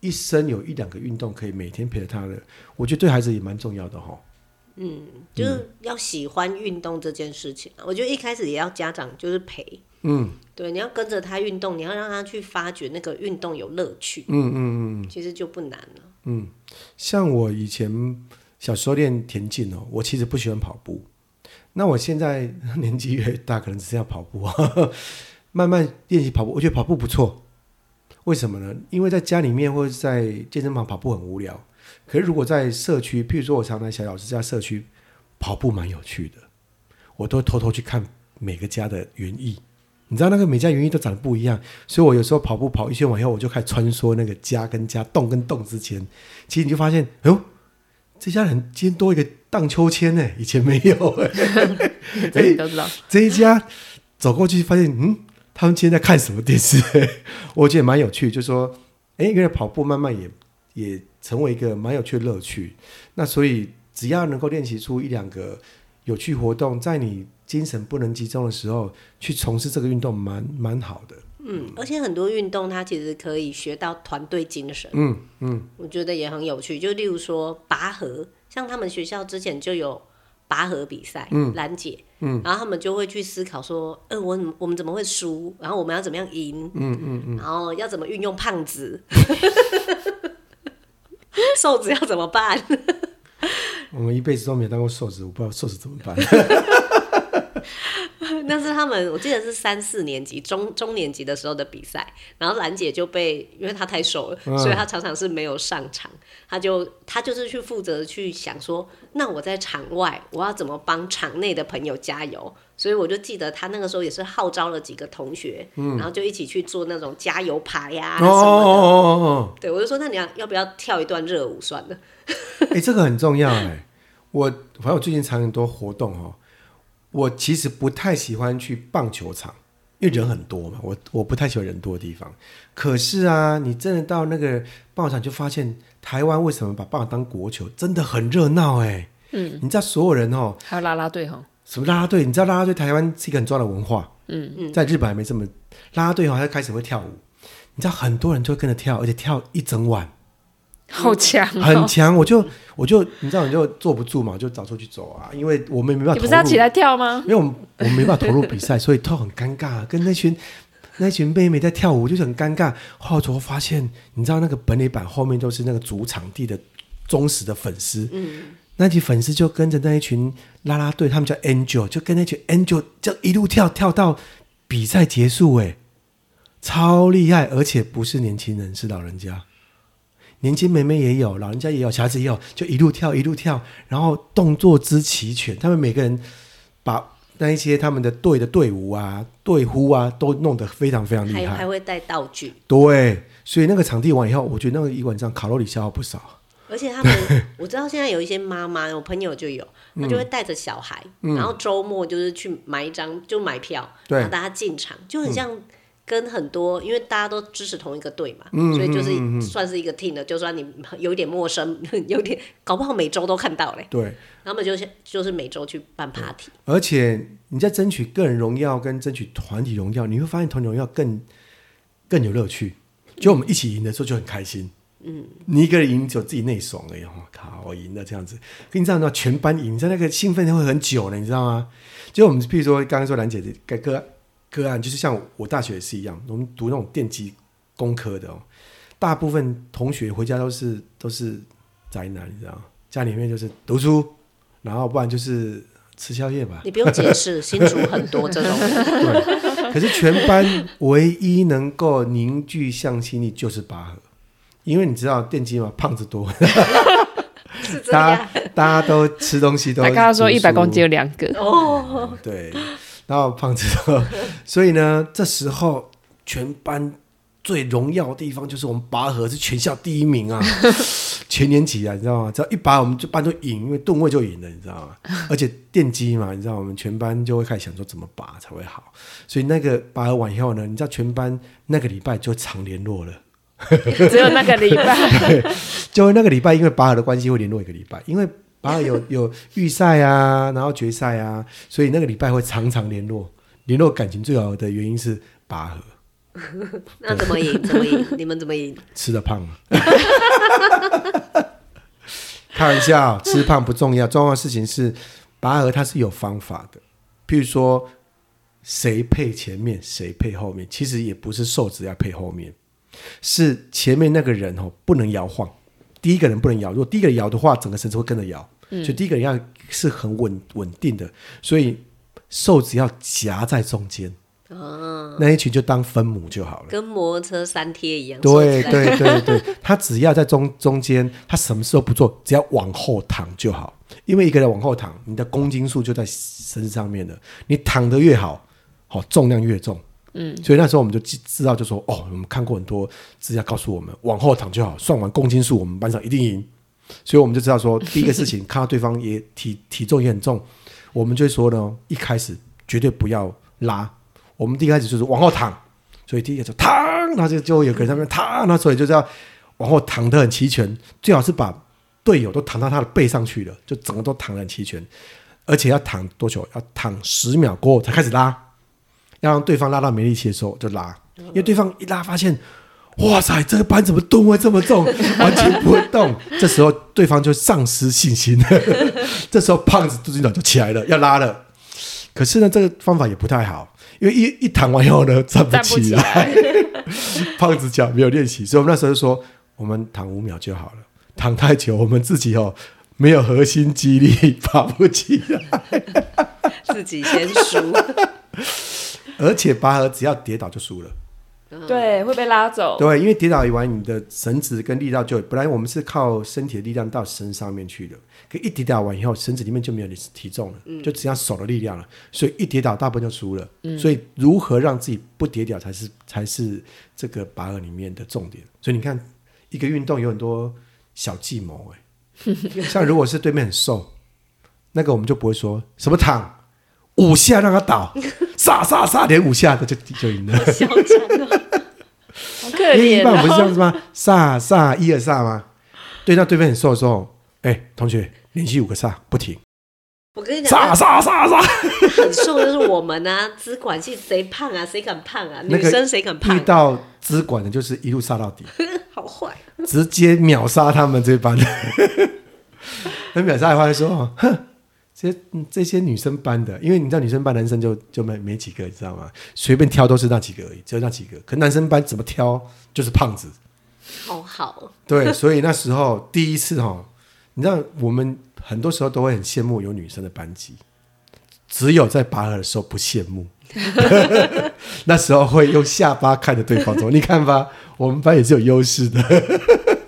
Speaker 2: 一生有一两个运动可以每天陪着他的，我觉得对孩子也蛮重要的哈。
Speaker 1: 就是要喜欢运动这件事情啊、我觉得一开始也要家长就是陪，嗯，对，你要跟着他运动，你要让他去发掘那个运动有乐趣，嗯嗯嗯，其实就不难了。
Speaker 2: 像我以前小时候练田径哦，我其实不喜欢跑步。那我现在 年纪越大，可能只是要跑步，啊慢慢练习跑步。我觉得跑步不错，为什么呢？因为在家里面或者在健身房跑步很无聊，可是如果在社区，譬如说我常来小老师家社区跑步，蛮有趣的。我都偷偷去看每个家的园艺，你知道那个每家园艺都长得不一样，所以我有时候跑步跑一圈完以后，我就开始穿梭那个家跟家、洞跟洞之间。其实你就发现，哎呦，这家人今天多一个荡秋千呢，以前没有。 哎
Speaker 3: 这你都知道。
Speaker 2: 这一家走过去发现，嗯，他们今天在看什么电视？ 我觉得蛮有趣，就说，哎，原来跑步慢慢也也成为一个蛮有趣的乐趣。那所以只要能够练习出一两个有趣活动，在你精神不能集中的时候去从事这个运动蛮，蛮好的。
Speaker 1: 嗯，而且很多运动它其实可以学到团队精神，嗯嗯，我觉得也很有趣。就例如说拔河，像他们学校之前就有拔河比赛，嗯，兰姐，嗯，然后他们就会去思考说，呃，我怎么我们怎么会输？然后我们要怎么样赢？嗯嗯嗯，然后要怎么运用胖子， 瘦子要怎么办？
Speaker 2: 我们一辈子都没有当过瘦子，我不知道瘦子怎么办。
Speaker 1: 那是他们，我记得是三四年级、中中年级的时候的比赛，然后兰姐就被，因为她太瘦了，
Speaker 2: 嗯
Speaker 1: 所以她常常是没有上场，她就她就是去负责去想说，那我在场外我要怎么帮场内的朋友加油，所以我就记得她那个时候也是号召了几个同学，然后就一起去做那种加油牌呀、什
Speaker 2: 嗯哦哦
Speaker 1: 么的。
Speaker 2: 哦哦哦！
Speaker 1: 对，我就说，那你要要不要跳一段热舞算了？
Speaker 2: 哎、这个很重要哎、我反正我最近常很多活动哦，我其实不太喜欢去棒球场，因为人很多嘛，我我不太喜欢人多的地方。可是啊，你真的到那个棒球场，就发现台湾为什么把棒球当国球，真的很热闹哎。嗯，你知道所有人哦，
Speaker 3: 还有啦啦队吼，
Speaker 2: 什么啦啦队，你知道啦啦队台湾是一个很重要的文化，
Speaker 3: 嗯
Speaker 2: 嗯，在日本还没这么啦啦队好像开始会跳舞，你知道很多人就会跟着跳，而且跳一整晚。
Speaker 3: 好强
Speaker 2: 很
Speaker 3: 哦！
Speaker 2: 强，我就我就你知道，你就坐不住嘛，就早出去走啊，因为我们没办法
Speaker 3: 你
Speaker 2: 投
Speaker 3: 不
Speaker 2: 入，
Speaker 3: 是要起来跳吗？
Speaker 2: 因为我们我们没办法投入比赛，所以都很尴尬，跟那群 那群妹妹在跳舞就是很尴尬。后来我发现，你知道那个本垒板后面都是那个主场地的忠实的粉丝，嗯，那群粉丝就跟着那一群啦啦队，他们叫 Angel，就跟那群 Angel 就一路跳跳到比赛结束，哎，超厉害，而且不是年轻人，是老人家。年轻妹妹也有，老人家也有，小孩子也有，就一路跳一路跳，然后动作之齐全，他们每个人把那一些他们的队的队伍啊、队呼啊，都弄得非常非常厉
Speaker 1: 还
Speaker 2: 害
Speaker 1: 还。会带道具，
Speaker 2: 对，所以那个场地完以后，我觉得那个一晚上卡路里消耗不少。
Speaker 1: 而且他 们，我知道现在有一些妈妈，我朋友就有，
Speaker 2: 嗯
Speaker 1: 她就会带着小孩，然后周末就是去买一张，就买票，
Speaker 2: 对嗯
Speaker 1: 然后大家进场，就很像跟很多，因为大家都支持同一个队嘛，
Speaker 2: 嗯
Speaker 1: 所以就是算是一个 team 的，就算你有点陌生， 有点搞不好每周都看到嘞，
Speaker 2: 对，
Speaker 1: 然后他们就是就是每周去办 party，
Speaker 2: 而且你在争取个人荣耀跟争取团体荣耀，你会发现团体荣耀更更有乐趣。就我们一起赢的时候就很开心。嗯，你一个人赢只有自己内爽而已。我、哦靠，我赢了这样子，跟你这样的话，全班赢，在那个兴奋会很久了，你知道吗？就我们譬如说刚刚说兰姐的个个个案，就是像我大学也是一样，我们读那种电机工科的哦，大部分同学回家都是都是宅男，你知道吗？家里面就是读书，然后不然就是吃宵夜吧。
Speaker 1: 你不用解释，新竹很多这 种人，
Speaker 2: 可是全班唯一能够凝聚向心力就是拔河，因为你知道电机嘛，胖子多，
Speaker 1: 是这
Speaker 2: 大
Speaker 1: 样
Speaker 2: 家大家都吃东西都
Speaker 3: 他刚刚说
Speaker 2: 读
Speaker 3: 一
Speaker 2: 书
Speaker 3: 百公斤有两个，
Speaker 1: 哦。
Speaker 2: 对，然后胖子说，所以呢，这时候全班最荣耀的地方就是我们拔河是全校第一名啊，全年级啊，你知道吗？只要一拔，我们就班都赢，因为盾位就赢了，你知道吗？而且电机嘛，你知道，我们全班就会开始想说怎么拔才会好，所以那个拔河完以后呢，你知道全班那个礼拜就常联络了。
Speaker 3: 只有那个礼拜。
Speaker 2: 就那个礼拜，因为拔河的关系会联络一个礼拜，因为拔河有有预赛啊，然后决赛啊，所以那个礼拜会常常联络。联络感情最好的原因是拔河，
Speaker 1: 那怎么赢？怎么赢？你们怎么赢？
Speaker 2: 吃的胖嘛。 开玩笑，吃胖不重要，重要的事情是拔河它是有方法的，譬如说谁配前面，谁配后面，其实也不是瘦子要配后面，是前面那个人哦不能摇晃，第一个人不能摇，如果第一个人摇的话，整个绳子会跟着摇，所以第一个人要是很稳稳定的，所以瘦子要夹在中间，那一群就当分母就好了。
Speaker 1: 跟摩托车三贴一样。说起
Speaker 2: 对
Speaker 1: 来，
Speaker 2: 对对对， 他只要在中中间，他什么事都不做，只要往后躺就好。因为一个人往后躺，你的公斤数就在身上面了。你躺得越好，好、重量越重。嗯，所以那时候我们就知知道，就说哦，我们看过很多资料告诉我们，往后躺就好，算完公斤数，我们班上一定赢。所以我们就知道说，第一个事情，看到对方也体 体重也很重，我们就会说呢，一开始绝对不要拉，我们第一开始就是往后躺，所以第一个就躺，然后就就有个人在那边躺，那所以就是要往后躺得很齐全，最好是把队友都躺到他的背上去了，就整个都躺得很齐全，而且要躺多久？要躺十秒过后才开始拉，要让对方拉到没力气的时候就拉，因为对方一拉发现。哇塞，这个班怎么吨位这么重， 完全不会动。这时候对方就丧失信心了。 这时候胖子肚子长就起来了，要拉了。可是呢，这个方法也不太好，因为一一躺完以后呢，站不
Speaker 3: 站不
Speaker 2: 起
Speaker 3: 起
Speaker 2: 来。 胖子脚没有练习，所以我们那时候就说，我们躺五秒就好了。躺太久，我们自己哦没有核心肌力， 爬不起来。
Speaker 1: 自己先输。
Speaker 2: 而且拔河只要跌倒就输了。
Speaker 3: 对，会被拉走。
Speaker 2: 对，因为跌倒以外，你的绳子跟力道就本来我们是靠身体的力量到身上面去的，可一跌倒完以后，绳子里面就没有你体重了，就只剩下手的力量了，所以一跌倒大部分就输了。所以如何让自己不跌倒才是才是这个拔河里面的重点。所以你看，一个运动有很多小计谋、哎，像如果是对面很瘦，那个我们就不会说什么躺。五下让他倒，杀杀杀，连五下他就就赢了。
Speaker 1: 嚣张哦
Speaker 3: 好可
Speaker 2: 因为一
Speaker 3: 怜
Speaker 2: 般我们是这
Speaker 3: 哦。
Speaker 2: 样子吗？煞煞一二煞吗？对，那对面很瘦的时候，哎、同学连续五个煞不停，
Speaker 1: 我跟你讲，
Speaker 2: 煞煞煞煞。
Speaker 1: 很瘦就是我们啊， 只管系谁胖啊，谁敢胖啊？
Speaker 2: 那
Speaker 1: 女
Speaker 2: 个
Speaker 1: 生谁敢
Speaker 2: 遇
Speaker 1: 胖？
Speaker 2: 到资管的，就是一路杀到底，
Speaker 1: 好坏，
Speaker 2: 直接秒杀他们这班。 那秒杀的话就说，哦哼，这些嗯这些女生班的，因为你知道女生班男生就就没没几个，你知道吗？随便挑都是那几个而已，只有那几个。可男生班怎么挑就是胖子。
Speaker 1: 好好，
Speaker 2: 对，所以那时候第一次哈，你知道我们很多时候都会很羡慕有女生的班级，只有在拔河的时候不羡慕。 那时候会用下巴看着对方说：“你看吧，我们班也是有优势的。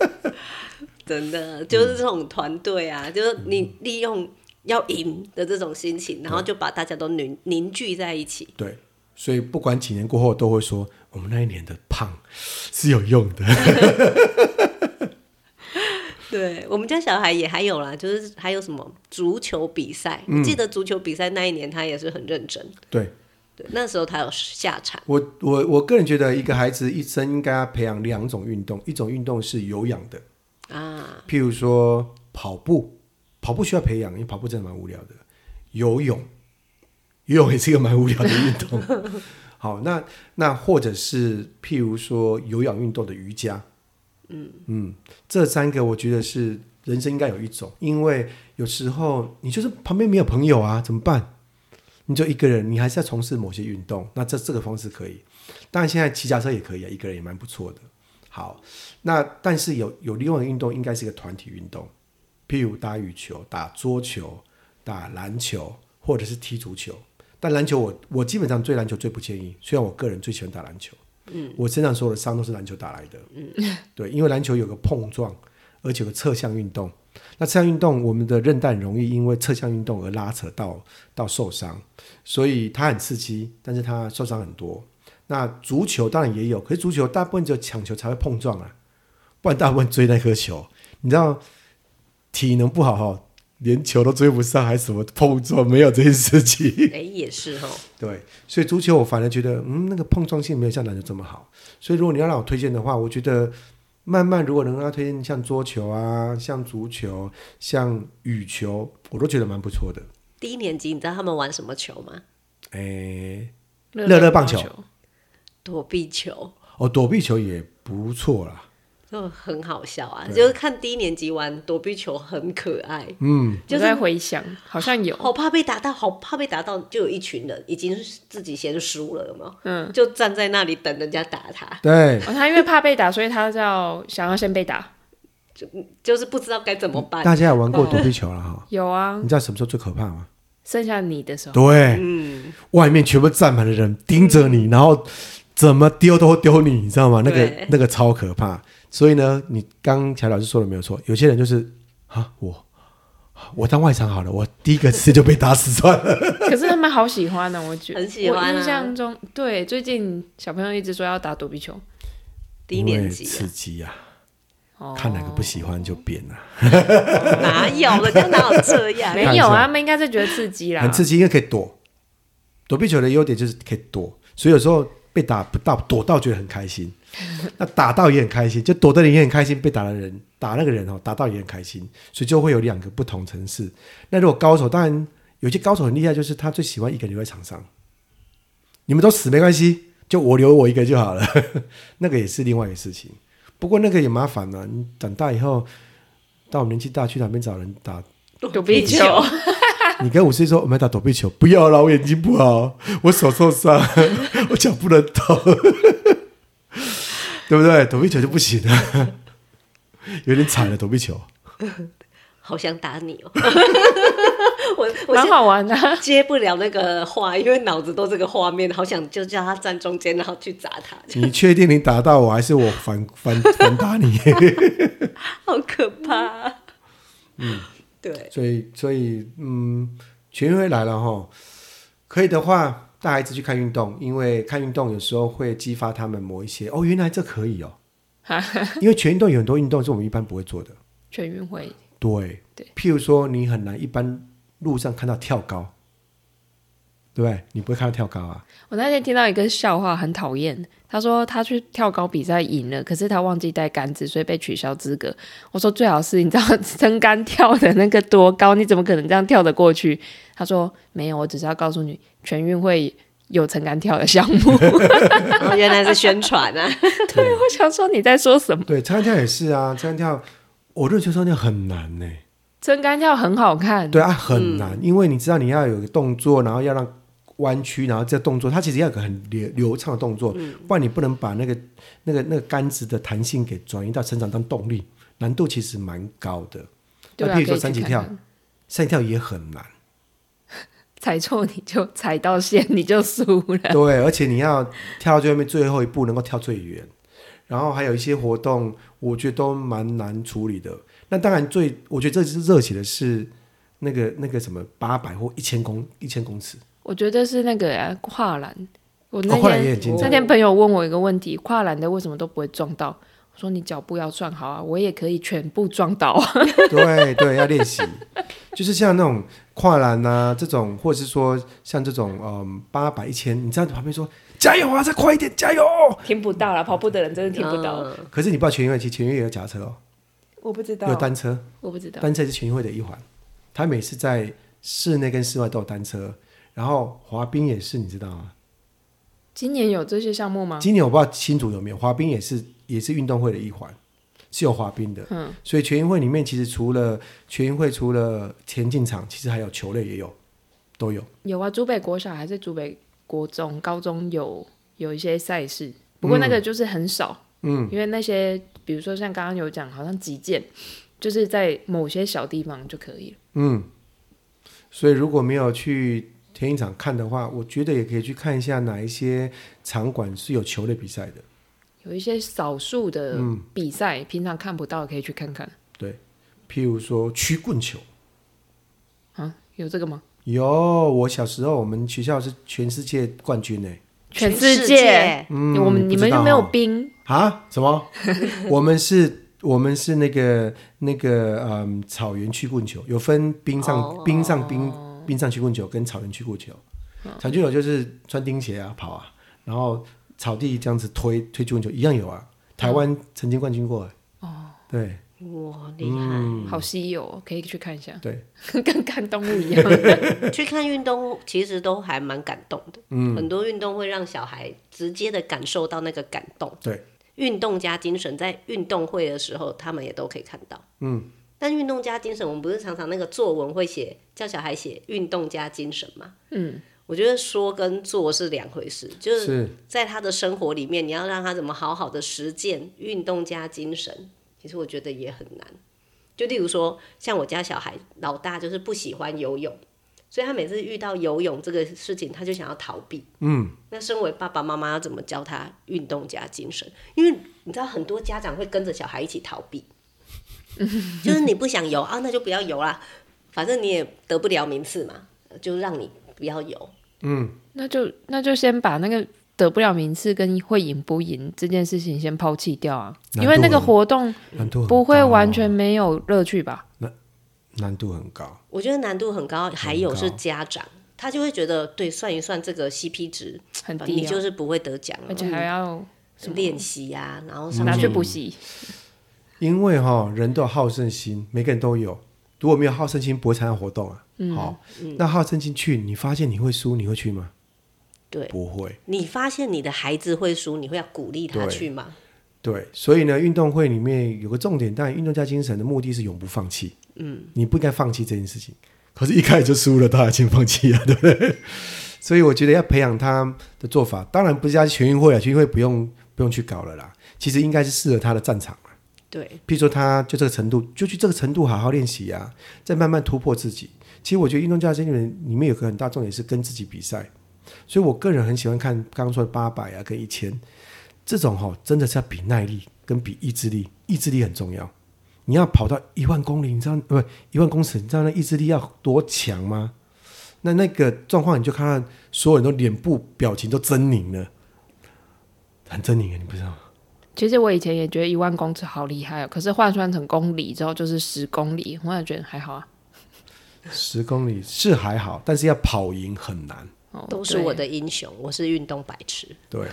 Speaker 1: 真的就是这种团队啊，
Speaker 2: 嗯
Speaker 1: 就是你利用要赢的这种心情，然后就把大家都凝凝聚在一起”。
Speaker 2: 对，所以不管几年过后都会说，我们那一年的胖是有用的。
Speaker 1: 对我们家小孩也还有啦，就是还有什么足球比赛，
Speaker 2: 嗯
Speaker 1: 我记得足球比赛那一年他也是很认真，
Speaker 2: 对
Speaker 1: 对，那时候他有下场，
Speaker 2: 我，我我个人觉得，一个孩子一生应该要培养两种运动，一种运动是有氧的，
Speaker 1: 啊，
Speaker 2: 譬如说跑步，跑步需要培养，因为跑步真的蛮无聊的。游泳，游泳也是一个蛮无聊的运动。好，那那或者是譬如说有氧运动的瑜伽，嗯嗯，这三个我觉得是人生应该有一种，因为有时候你就是旁边没有朋友啊，怎么办？你就一个人，你还是要从事某些运动，那这这个方式可以。当然，现在骑脚车也可以啊，一个人也蛮不错的。好，那但是有有另外一个运动应该是一个团体运动，譬如打羽球、打桌球、打篮球，或者是踢足球。但篮球我我基本上对篮球最不建议，虽然我个人最喜欢打篮球，嗯，我身上所有的伤都是篮球打来的，嗯， 对，因为篮球有个碰撞，而且有个侧向运动。那侧向运动，我们的韧带很容易因为侧向运动而拉扯到到受伤，所以它很刺激，但是它受伤很多。那足球当然也有，可是足球大部分只有抢球才会碰撞啊，不然大部分追那颗球。你知道体能不好哈，连球都追不上，还什么碰撞没有这件事情。
Speaker 1: 哎，也是哦，
Speaker 2: 对，所以足球我反而觉得，嗯，那个碰撞性没有像篮球这么好。所以如果你要让我推荐的话，我觉得慢慢如果能让他推荐像桌球啊、像足球、像羽球，我都觉得蛮不错的。
Speaker 1: 低年级你知道他们玩什么球吗？
Speaker 2: 诶，乐乐棒球
Speaker 1: 躲避球，
Speaker 2: 哦，躲避球也不错啦。
Speaker 1: 就很好笑啊！就是看低年级玩躲避球很可爱，
Speaker 3: 嗯，就在回想，好像有
Speaker 1: 好怕被打到，好怕被打到，就有一群人已经自己先输了，有没有？嗯，就站在那里等人家打他，
Speaker 2: 对，
Speaker 3: 哦，他因为怕被打，所以他要想要先被打。
Speaker 1: 就是不知道该怎么办。
Speaker 2: 大家有玩过躲避球了哈？
Speaker 3: 有啊，
Speaker 2: 你知道什么时候最可怕吗？
Speaker 3: 剩下你的时候，
Speaker 2: 对，
Speaker 1: 嗯
Speaker 2: 外面全部站满了人，盯着你，然后怎么丢都丢你，你知道吗？那个
Speaker 1: 对
Speaker 2: 那个超可怕。所以呢，你刚才老师说的没有错，有些人就是啊，我我当外场好了，我第一个直接就被打死算了。
Speaker 3: 可是他们好喜欢呢、哦我觉得
Speaker 1: 很喜欢啊
Speaker 3: 我印象中，对，最近小朋友一直说要打躲避球，
Speaker 1: 低
Speaker 2: 因为
Speaker 1: 年级
Speaker 2: 刺激啊，
Speaker 3: 哦，
Speaker 2: 看哪个不喜欢就变啊，
Speaker 1: 哪有人家哪有这样？
Speaker 3: 没有啊，他们应该是觉得刺激啦，
Speaker 2: 很刺激，因为可以躲。躲避球的优点就是可以躲，所以有时候被打不到，躲到觉得很开 心，那打到也很开心，就躲的人也很开心，被打的人打那个人哦，打到也很开心，所以就会有两个不同层次。那如果高手，当然有些高手很厉害，就是他最喜欢一个留在场上，你们都死没关系，就我留我一个就好了， 那个也是另外一个事情。不过那个也麻烦了、你长大以后，到我们年纪大去哪边找人打
Speaker 3: 躲避球，
Speaker 2: 你跟我是说我们要打躲避球，不要啦，我眼睛不好，我手受伤， 我脚不能动， 对不对？躲避球就不行了，有点惨了，躲避球。
Speaker 1: 好想打你 哦！我我
Speaker 3: 蛮
Speaker 1: 现在
Speaker 3: 好玩的啊、
Speaker 1: 接不了那个话，因为脑子都这个画面，好想就叫他站中间，然后去砸他，
Speaker 2: 你确定你打到我，还是我反反反打你？
Speaker 1: 好可怕、嗯，对，
Speaker 2: 所以，所以，嗯，全运会来了哈，可以的话，带孩子去看运动，因为看运动有时候会激发他们某一些哦，原来这可以哦，因为全运动有很多运动是我们一般不会做的。
Speaker 3: 全运会
Speaker 2: 对，
Speaker 3: 对
Speaker 2: 譬如说你很难一般路上看到跳高，对不对？你不会看到跳高啊？
Speaker 3: 我那天听到一个笑话，很讨厌。他说他去跳高比赛赢了，可是他忘记带杆子，所以被取消资格。我说最好是你知道撑杆跳的那个多高，你怎么可能这样跳得过去？他说没有，我只是要告诉你，全运会有撑杆跳的项 目。
Speaker 1: 哦原来是宣传啊，
Speaker 3: 对， 我想说你在说什么？
Speaker 2: 对，撑杆跳也是啊，撑杆跳，我认为撑杆跳很难呢、
Speaker 3: 撑杆跳很好看，
Speaker 2: 对啊，很
Speaker 3: 嗯
Speaker 2: 难，因为你知道你要有个动作，然后要让弯曲，然后这动作它其实要有个很流流畅的动作，
Speaker 3: 嗯
Speaker 2: 不然你不能把那个那个那个杆子的弹性给转移到身上当动力，难度其实蛮高的。
Speaker 3: 对啊
Speaker 2: 那譬如说
Speaker 3: 可以去
Speaker 2: 三级
Speaker 3: 看
Speaker 2: 跳
Speaker 3: 看，
Speaker 2: 三级跳也很难。
Speaker 3: 踩错你就踩到线，你就输 了。
Speaker 2: 对，而且你要跳到最后面最后一步能够跳最远，然后还有一些活动，我觉得都蛮难处理的。那当然最，我觉得这是热血的是那个那个什么八百或一千公一千公尺，
Speaker 3: 我觉得是那个、啊、跨栏，我那
Speaker 2: 哦
Speaker 3: 天、
Speaker 2: 跨栏也很精彩
Speaker 3: 那天朋友问我一个问题：跨栏的为什么都不会撞到？我说你脚步要算好啊，我也可以全部撞到啊。
Speaker 2: 对对，要练习，就是像那种跨栏啊这种，或者是说像这种嗯八百一千，你站在旁边说加油啊，再快一点，加油！ 哦
Speaker 3: 听不到了，跑步的人真的听不到。
Speaker 1: 嗯
Speaker 2: 可是你不知道全运会，其实全运会也有夹车哦，
Speaker 3: 我不知道
Speaker 2: 也有，单车。
Speaker 3: 我不知道。
Speaker 2: 单车也是全运会的一环，他每次在室内跟室外都有单车，然后滑冰也是，你知道吗？
Speaker 3: 今年有这些项目吗？
Speaker 2: 今年我不知道新竹有没有滑冰，也是也是运动会的一环，是有滑冰的。嗯，所以全运会里面其实除了全运会除了田径场，其实还有球类也有，都有。
Speaker 3: 有啊，竹北国小还是竹北国中、高中有有一些赛事，不过那个就是很少，嗯，因为那些比如说像刚刚有讲，好像击剑，就是在某些小地方就可以了。
Speaker 2: 嗯所以如果没有去田径场看的话，我觉得也可以去看一下哪一些场馆是有球类比赛的。
Speaker 3: 有一些少数的比赛，平常看不到，可以去看看
Speaker 2: 对，譬如说曲棍球，
Speaker 3: 啊，有这个吗？
Speaker 2: 有我小时候我们学校是全世界冠军呢、
Speaker 1: 全
Speaker 3: 世
Speaker 1: 世界
Speaker 2: 嗯
Speaker 3: 我们
Speaker 2: 不
Speaker 3: 你
Speaker 2: 知
Speaker 3: 们
Speaker 2: 道
Speaker 3: 又没有
Speaker 2: 哦
Speaker 3: 冰，
Speaker 2: 啊？什么？ 我们是，我们是那个那个嗯，草原曲棍球有分冰上、
Speaker 3: 哦
Speaker 2: 冰上冰冰上曲棍球跟草原曲棍球。
Speaker 3: 哦
Speaker 2: 草原曲棍球就是穿钉鞋啊跑啊，然后草地这样子推推曲棍球一样有啊。台湾曾经冠军过、哦，对
Speaker 1: 哇，厉害！
Speaker 3: 好稀有哦，可以去看一下，
Speaker 2: 嗯对，
Speaker 3: 跟看动物 一样。
Speaker 1: 去看运动其实都还蛮感动的，嗯，很多运动会让小孩直接的感受到那个感动，
Speaker 2: 对，
Speaker 1: 运动加精神在运动会的时候，他们也都可以看到，嗯。但运动加精神，我们不是常常那个作文会写叫小孩写运动加精神吗？
Speaker 3: 嗯，
Speaker 1: 我觉得说跟做是两回事，就是
Speaker 2: 是
Speaker 1: 在他的生活里面，你要让他怎么好好的实践运动加精神，其实我觉得也很难。就例如说，像我家小孩老大就是不喜欢游泳，所以他每次遇到游泳这个事情，他就想要逃避。嗯，那身为爸爸妈妈要怎么教他运动加精神？因为你知道很多家长会跟着小孩一起逃避，就是你不想游啊，那就不要游啦，反正你也得不了名次嘛，就让你不要游。
Speaker 3: 那就那就先把那个得不了名次跟会赢不赢这件事情先抛弃掉啊，
Speaker 2: 难度
Speaker 3: 因为那个
Speaker 2: 很
Speaker 3: 活动
Speaker 2: 难度很
Speaker 3: 不会
Speaker 2: 高啊
Speaker 3: 完全没有乐趣吧？
Speaker 2: 难度很高。
Speaker 1: 我觉得难度很高，还有
Speaker 2: 高
Speaker 1: 是家长，他就会觉得，对，算一算这个 CP 值，
Speaker 3: 很低、
Speaker 1: 哦你
Speaker 3: 啊，
Speaker 1: 就是不会得奖了，
Speaker 3: 而且还要
Speaker 1: 嗯练习呀，然后
Speaker 2: 嗯
Speaker 1: 上
Speaker 3: 拿去
Speaker 1: 去
Speaker 3: 补习。
Speaker 2: 因为哈、人都有好胜心，每个人都有。如果没有好胜心，不会参加活动啊。好、那好胜心去，你发现你会输，你会去吗？
Speaker 1: 对，
Speaker 2: 不会。
Speaker 1: 你发现你的孩子会输，你会要鼓励他
Speaker 2: 对
Speaker 1: 去吗？
Speaker 2: 对，所以呢，运动会里面有个重点，当然运动家精神的目的是永不放弃。嗯，你不应该放弃这件事情。可是，一开始就输了，当然先放弃了， 对不对？所以我觉得要培养他的做法，当然不是要全运会啊，全运会不用不用去搞了啦。其实应该是适合他的战场。
Speaker 1: 对，
Speaker 2: 譬如说他就这个程度，就去这个程度好好练习啊，再慢慢突破自己。其实我觉得运动教练里面里面有个很大重点是跟自己比赛，所以我个人很喜欢看刚刚说的八百啊跟一千这种哈、真的是要比耐力跟比意志力，意志力很重要。你要跑到一万公里，你知道呃不一万公尺，你知道那意志力要多强吗？那那个状况你就看到所有人都脸部表情都狰狞了，很狰狞啊，你不知道吗？
Speaker 3: 其实我以前也觉得一万公尺好厉害哦，可是换算成公里之后就是十公里，我也觉得还好啊。
Speaker 2: 十公里是还好，但是要跑赢很难。
Speaker 3: 哦、
Speaker 1: 都是
Speaker 3: 对
Speaker 1: 我的英雄，我是运动白痴。
Speaker 2: 对，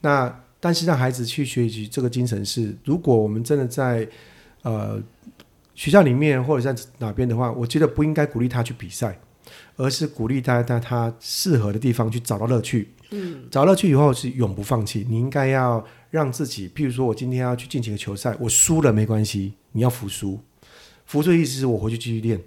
Speaker 2: 那但是让孩子去学习这个精神是，如果我们真的在呃学校里面或者在哪边的话，我觉得不应该鼓励他去比赛，而是鼓励他在他适合的地方去找到乐趣。嗯，找到乐趣以后是永不放弃。你应该要让自己，譬如说我今天要去进行一个球赛，我输了没关系，你要服输。服输的意思是我回去继续练。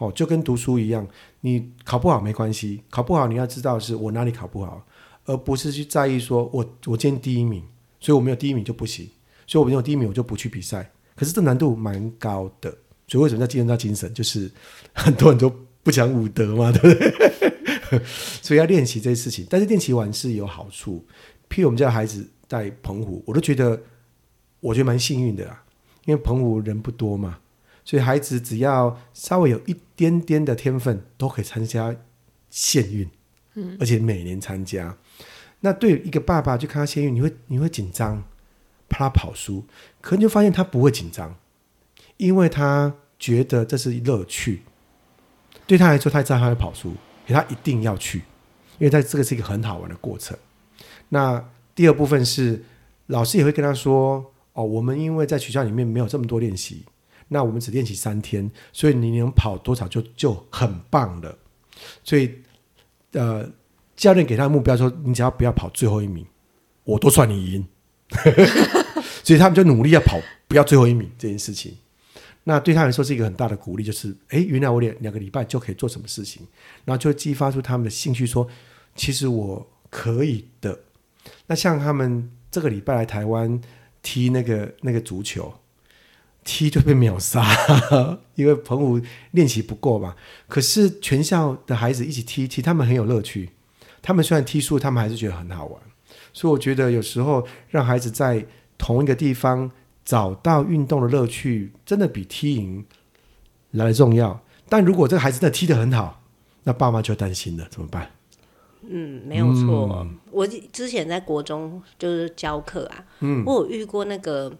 Speaker 2: 哦，就跟读书一样，你考不好没关系，考不好你要知道是我哪里考不好，而不是去在意说我我今天第一名，所以我没有第一名就不行，所以我没有第一名我就不去比赛。可是这难度蛮高的，所以为什么叫精神叫精神？就是 很多人都不讲武德嘛，对不对？ 所以要练习这些事情，但是练习完是有好处。譬如我们家孩子在澎湖，我都觉得我觉得蛮幸运的啦，因为澎湖人不多嘛，所以孩子只要稍微有一点点的天分，都可以参加县运，嗯，而且每年参加。那对于一个爸爸去看他先孕，你会你会紧张，怕他跑输，可你就发现他不会紧张，因为他觉得这是乐趣。对他来说，他知道他会跑输，可他一定要去，因为他这个是一个很好玩的过程。那第二部分是老师也会跟他说：“哦，我们因为在学校里面没有这么多练习，那我们只练习三天，所以你能跑多少就就很棒了。”所以，呃，教练给他的目标说：“你只要不要跑最后一名，我都 算你赢。”所以他们就努力要跑不要最后一名这件事情。那对他来说是一个很大的鼓励，就是诶，原来我两两个礼拜就可以做什么事情，然后就激发出他们的兴趣说，其实我可以的。那像他们这个礼拜来台湾踢那个那个足球，踢就被秒杀， 因为澎湖练习不够嘛。可是全校的孩子一起踢一踢，他们很有乐趣。他们虽然踢输，他们还是觉得很好玩。所以我觉得有时候让孩子在同一个地方找到运动的乐趣，真的比踢赢来的重要。但如果这个孩子真的踢得很好，那爸妈就担心了，怎么办？
Speaker 1: 嗯，没有错。我之前在国中就是教课啊，
Speaker 2: 嗯
Speaker 1: 我有遇过那个，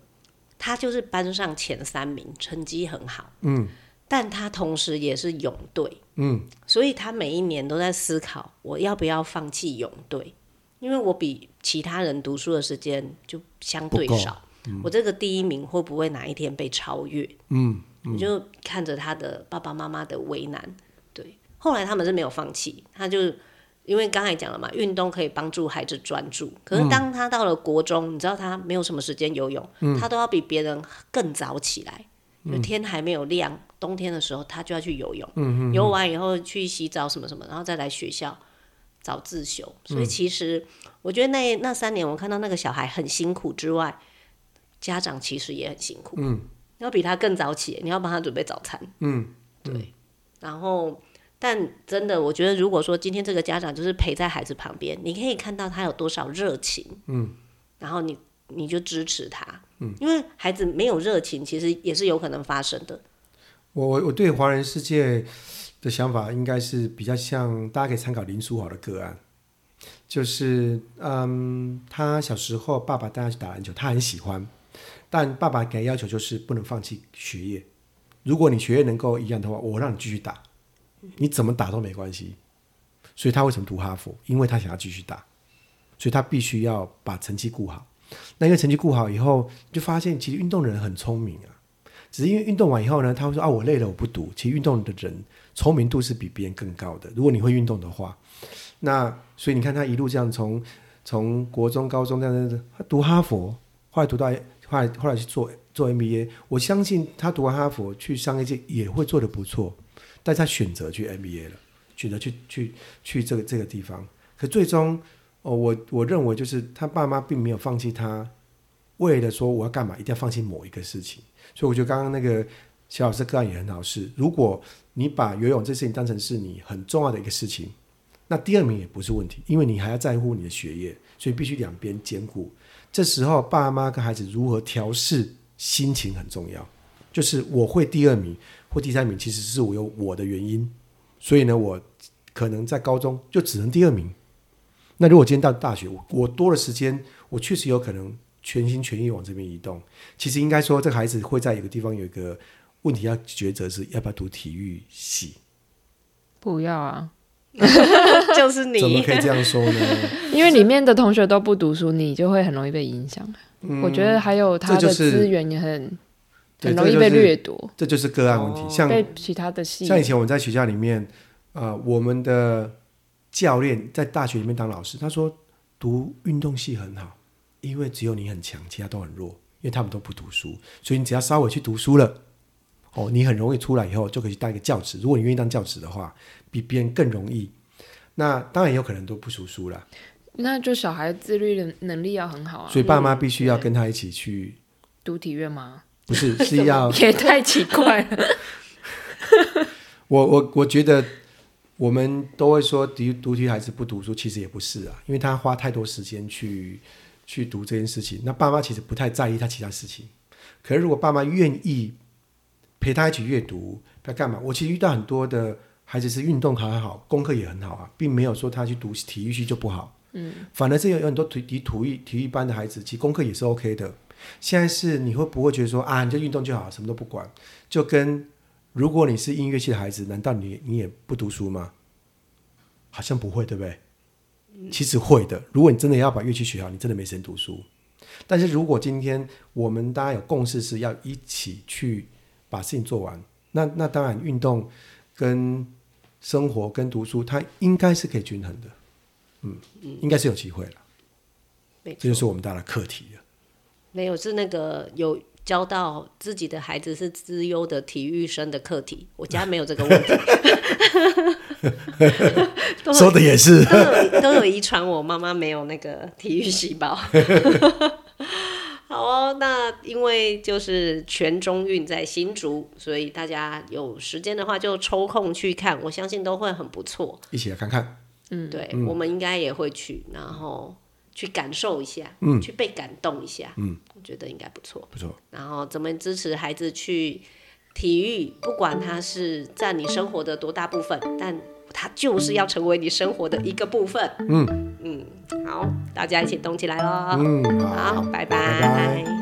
Speaker 1: 他就是班上前三名，成绩很好，嗯，但他同时也是泳队，嗯，所以他每一年都在思考，我要不要放弃泳队，因为我比其他人读书的时间就相对
Speaker 2: 不够
Speaker 1: 少，我这个第一名会不会哪一天被超越？
Speaker 2: 嗯，
Speaker 1: 我就看着他的爸爸妈妈的为难，对，后来他们是没有放弃，他就因为刚才讲了嘛，运动可以帮助孩子专注。可是当他到了国中，你知道他没有什么时间游泳，他都要比别人更早起来，就天还没有亮，冬天的时候他就要去游泳，游完以后去洗澡什么什么，然后再来学校早自修。所以其实我觉得那那三年，我看到那个小孩很辛苦之外，家长其实也很辛苦，嗯，要比他更早起，你要帮他准备早餐，嗯，对，然后。但真的，我觉得如果说今天这个家长就是陪在孩子旁边，你可以看到他有多少热情，嗯，然后你你就支持他，嗯，因为孩子没有热情，其实也是有可能发生 的，
Speaker 2: 我我我对华人世界的想法应该是比较像，大家可以参考林书豪的个案，就是嗯，他小时候爸爸带他去打篮球，他很喜欢，但爸爸给他要求就是不能放弃学业，如果你学业能够一样的话，我让你继续打，你怎么打都没关系。所以他为什么读哈佛？因为他想要继续打，所以他必须要把成绩顾好。那因为成绩顾好以后，就发现其实运动的人很聪明啊。只是因为运动完以后呢，他会说啊，我累了，我不读。其实运动的人聪明度是比别人更高的。如果你会运动的话，那所以你看他一路这样从从国中、高中这样子，他读哈佛，后来读到后来后来去做做 MBA。我相信他读完哈佛去商业界也会做得不错，但是他选择去 MBA 了，选择去去去这个这个地方。可最终，哦，我我认为就是他爸妈并没有放弃他，为了说我要干嘛，一定要放弃某一个事情。所以我觉得刚刚那个小老师个案也很好，是如果你把游泳这事情当成是你很重要的一个事情，那第二名也不是问题，因为你还要在乎你的学业，所以必须两边兼顾。这时候爸妈跟孩子如何调试心情很重要，就是我会第二名或第三名，其实是我有我的原因，所以呢，我可能在高中就只能第二名。那如果今天到大学，我我多了时间，我确实有可能全心全意往这边移动。其实应该说，这个孩子会在一个地方有一个问题要抉择，是要不要读体育系？
Speaker 3: 不要啊，
Speaker 1: 就是你
Speaker 2: 怎么可以这样说 呢？
Speaker 3: 因为里面的同学都不读书，你就会很容易被影响。我觉得还有他
Speaker 2: 嗯这
Speaker 3: 的
Speaker 2: 就是
Speaker 3: 资源也很、
Speaker 2: 对
Speaker 3: 很容易
Speaker 2: 这个
Speaker 3: 被
Speaker 2: 就是
Speaker 3: 掠夺，
Speaker 2: 这就是个案问题。像
Speaker 3: 被其他的系
Speaker 2: 像以前我们在学校里面，呃，我们的教练在大学里面当老师，他说读运动系很好，因为只有你很强，其他都很弱，因为他们都不读书，所以你只要稍微去读书了，哦，你很容易出来以后就可以去当一个教职。如果你愿意当教职的话，比别人更容易。那当然也有可能都不读书啦，
Speaker 3: 那就小孩自律的能力要很好啊
Speaker 2: 所。以爸妈必须要跟他一起去，
Speaker 3: 读体院吗？
Speaker 2: 不是是要
Speaker 3: 也太奇怪了。
Speaker 2: 我我我觉得我们都会说读读体育孩子不读书，其实也不是啊，因为他花太多时间去去读这件事情。那爸妈其实不太在意他其他事情，可是如果爸妈愿意陪他一起阅读，他干嘛？我其实遇到很多的孩子是运动还好，功课也很好啊，并没有说他去读体育系就不好。嗯，反而是有有很多体体体育体育班的孩子，其实功课也是 OK 的。现在是你会不会觉得说啊，你就运动就好，什么都不管，就跟如果你是音乐系的孩子，难道你你也不读书吗？好像不会，对不对？其实会的。如果你真的要把乐器学好，你真的没时间读书。但是如果今天我们大家有共识是要一起去把事情做完，那那当然运动跟生活跟读书，它应该是可以均衡的。嗯，应该是有机会了。
Speaker 1: 没
Speaker 2: 这就是我们大家的课题了。
Speaker 1: 没有是那个有教到自己的孩子是资优的体育生的课题，我家没有这个问题，都
Speaker 2: 说的也是，
Speaker 1: 都有 都有遗传，我妈妈没有那个体育细胞。 好哦，那因为就是全中运在新竹，所以大家有时间的话就抽空去看，我相信都会很不错。
Speaker 2: 一起来看看。
Speaker 1: 嗯，对，我们应该也会去，然后去感受一下，去被感动一下，嗯，我觉得应该不错，
Speaker 2: 不错。
Speaker 1: 然后怎么支持孩子去体育，不管它是占你生活的多大部分，但它就是要成为你生活的一个部分。嗯嗯，好，大家一起动起来喽！
Speaker 2: 嗯，好，
Speaker 1: 好，拜
Speaker 2: 拜拜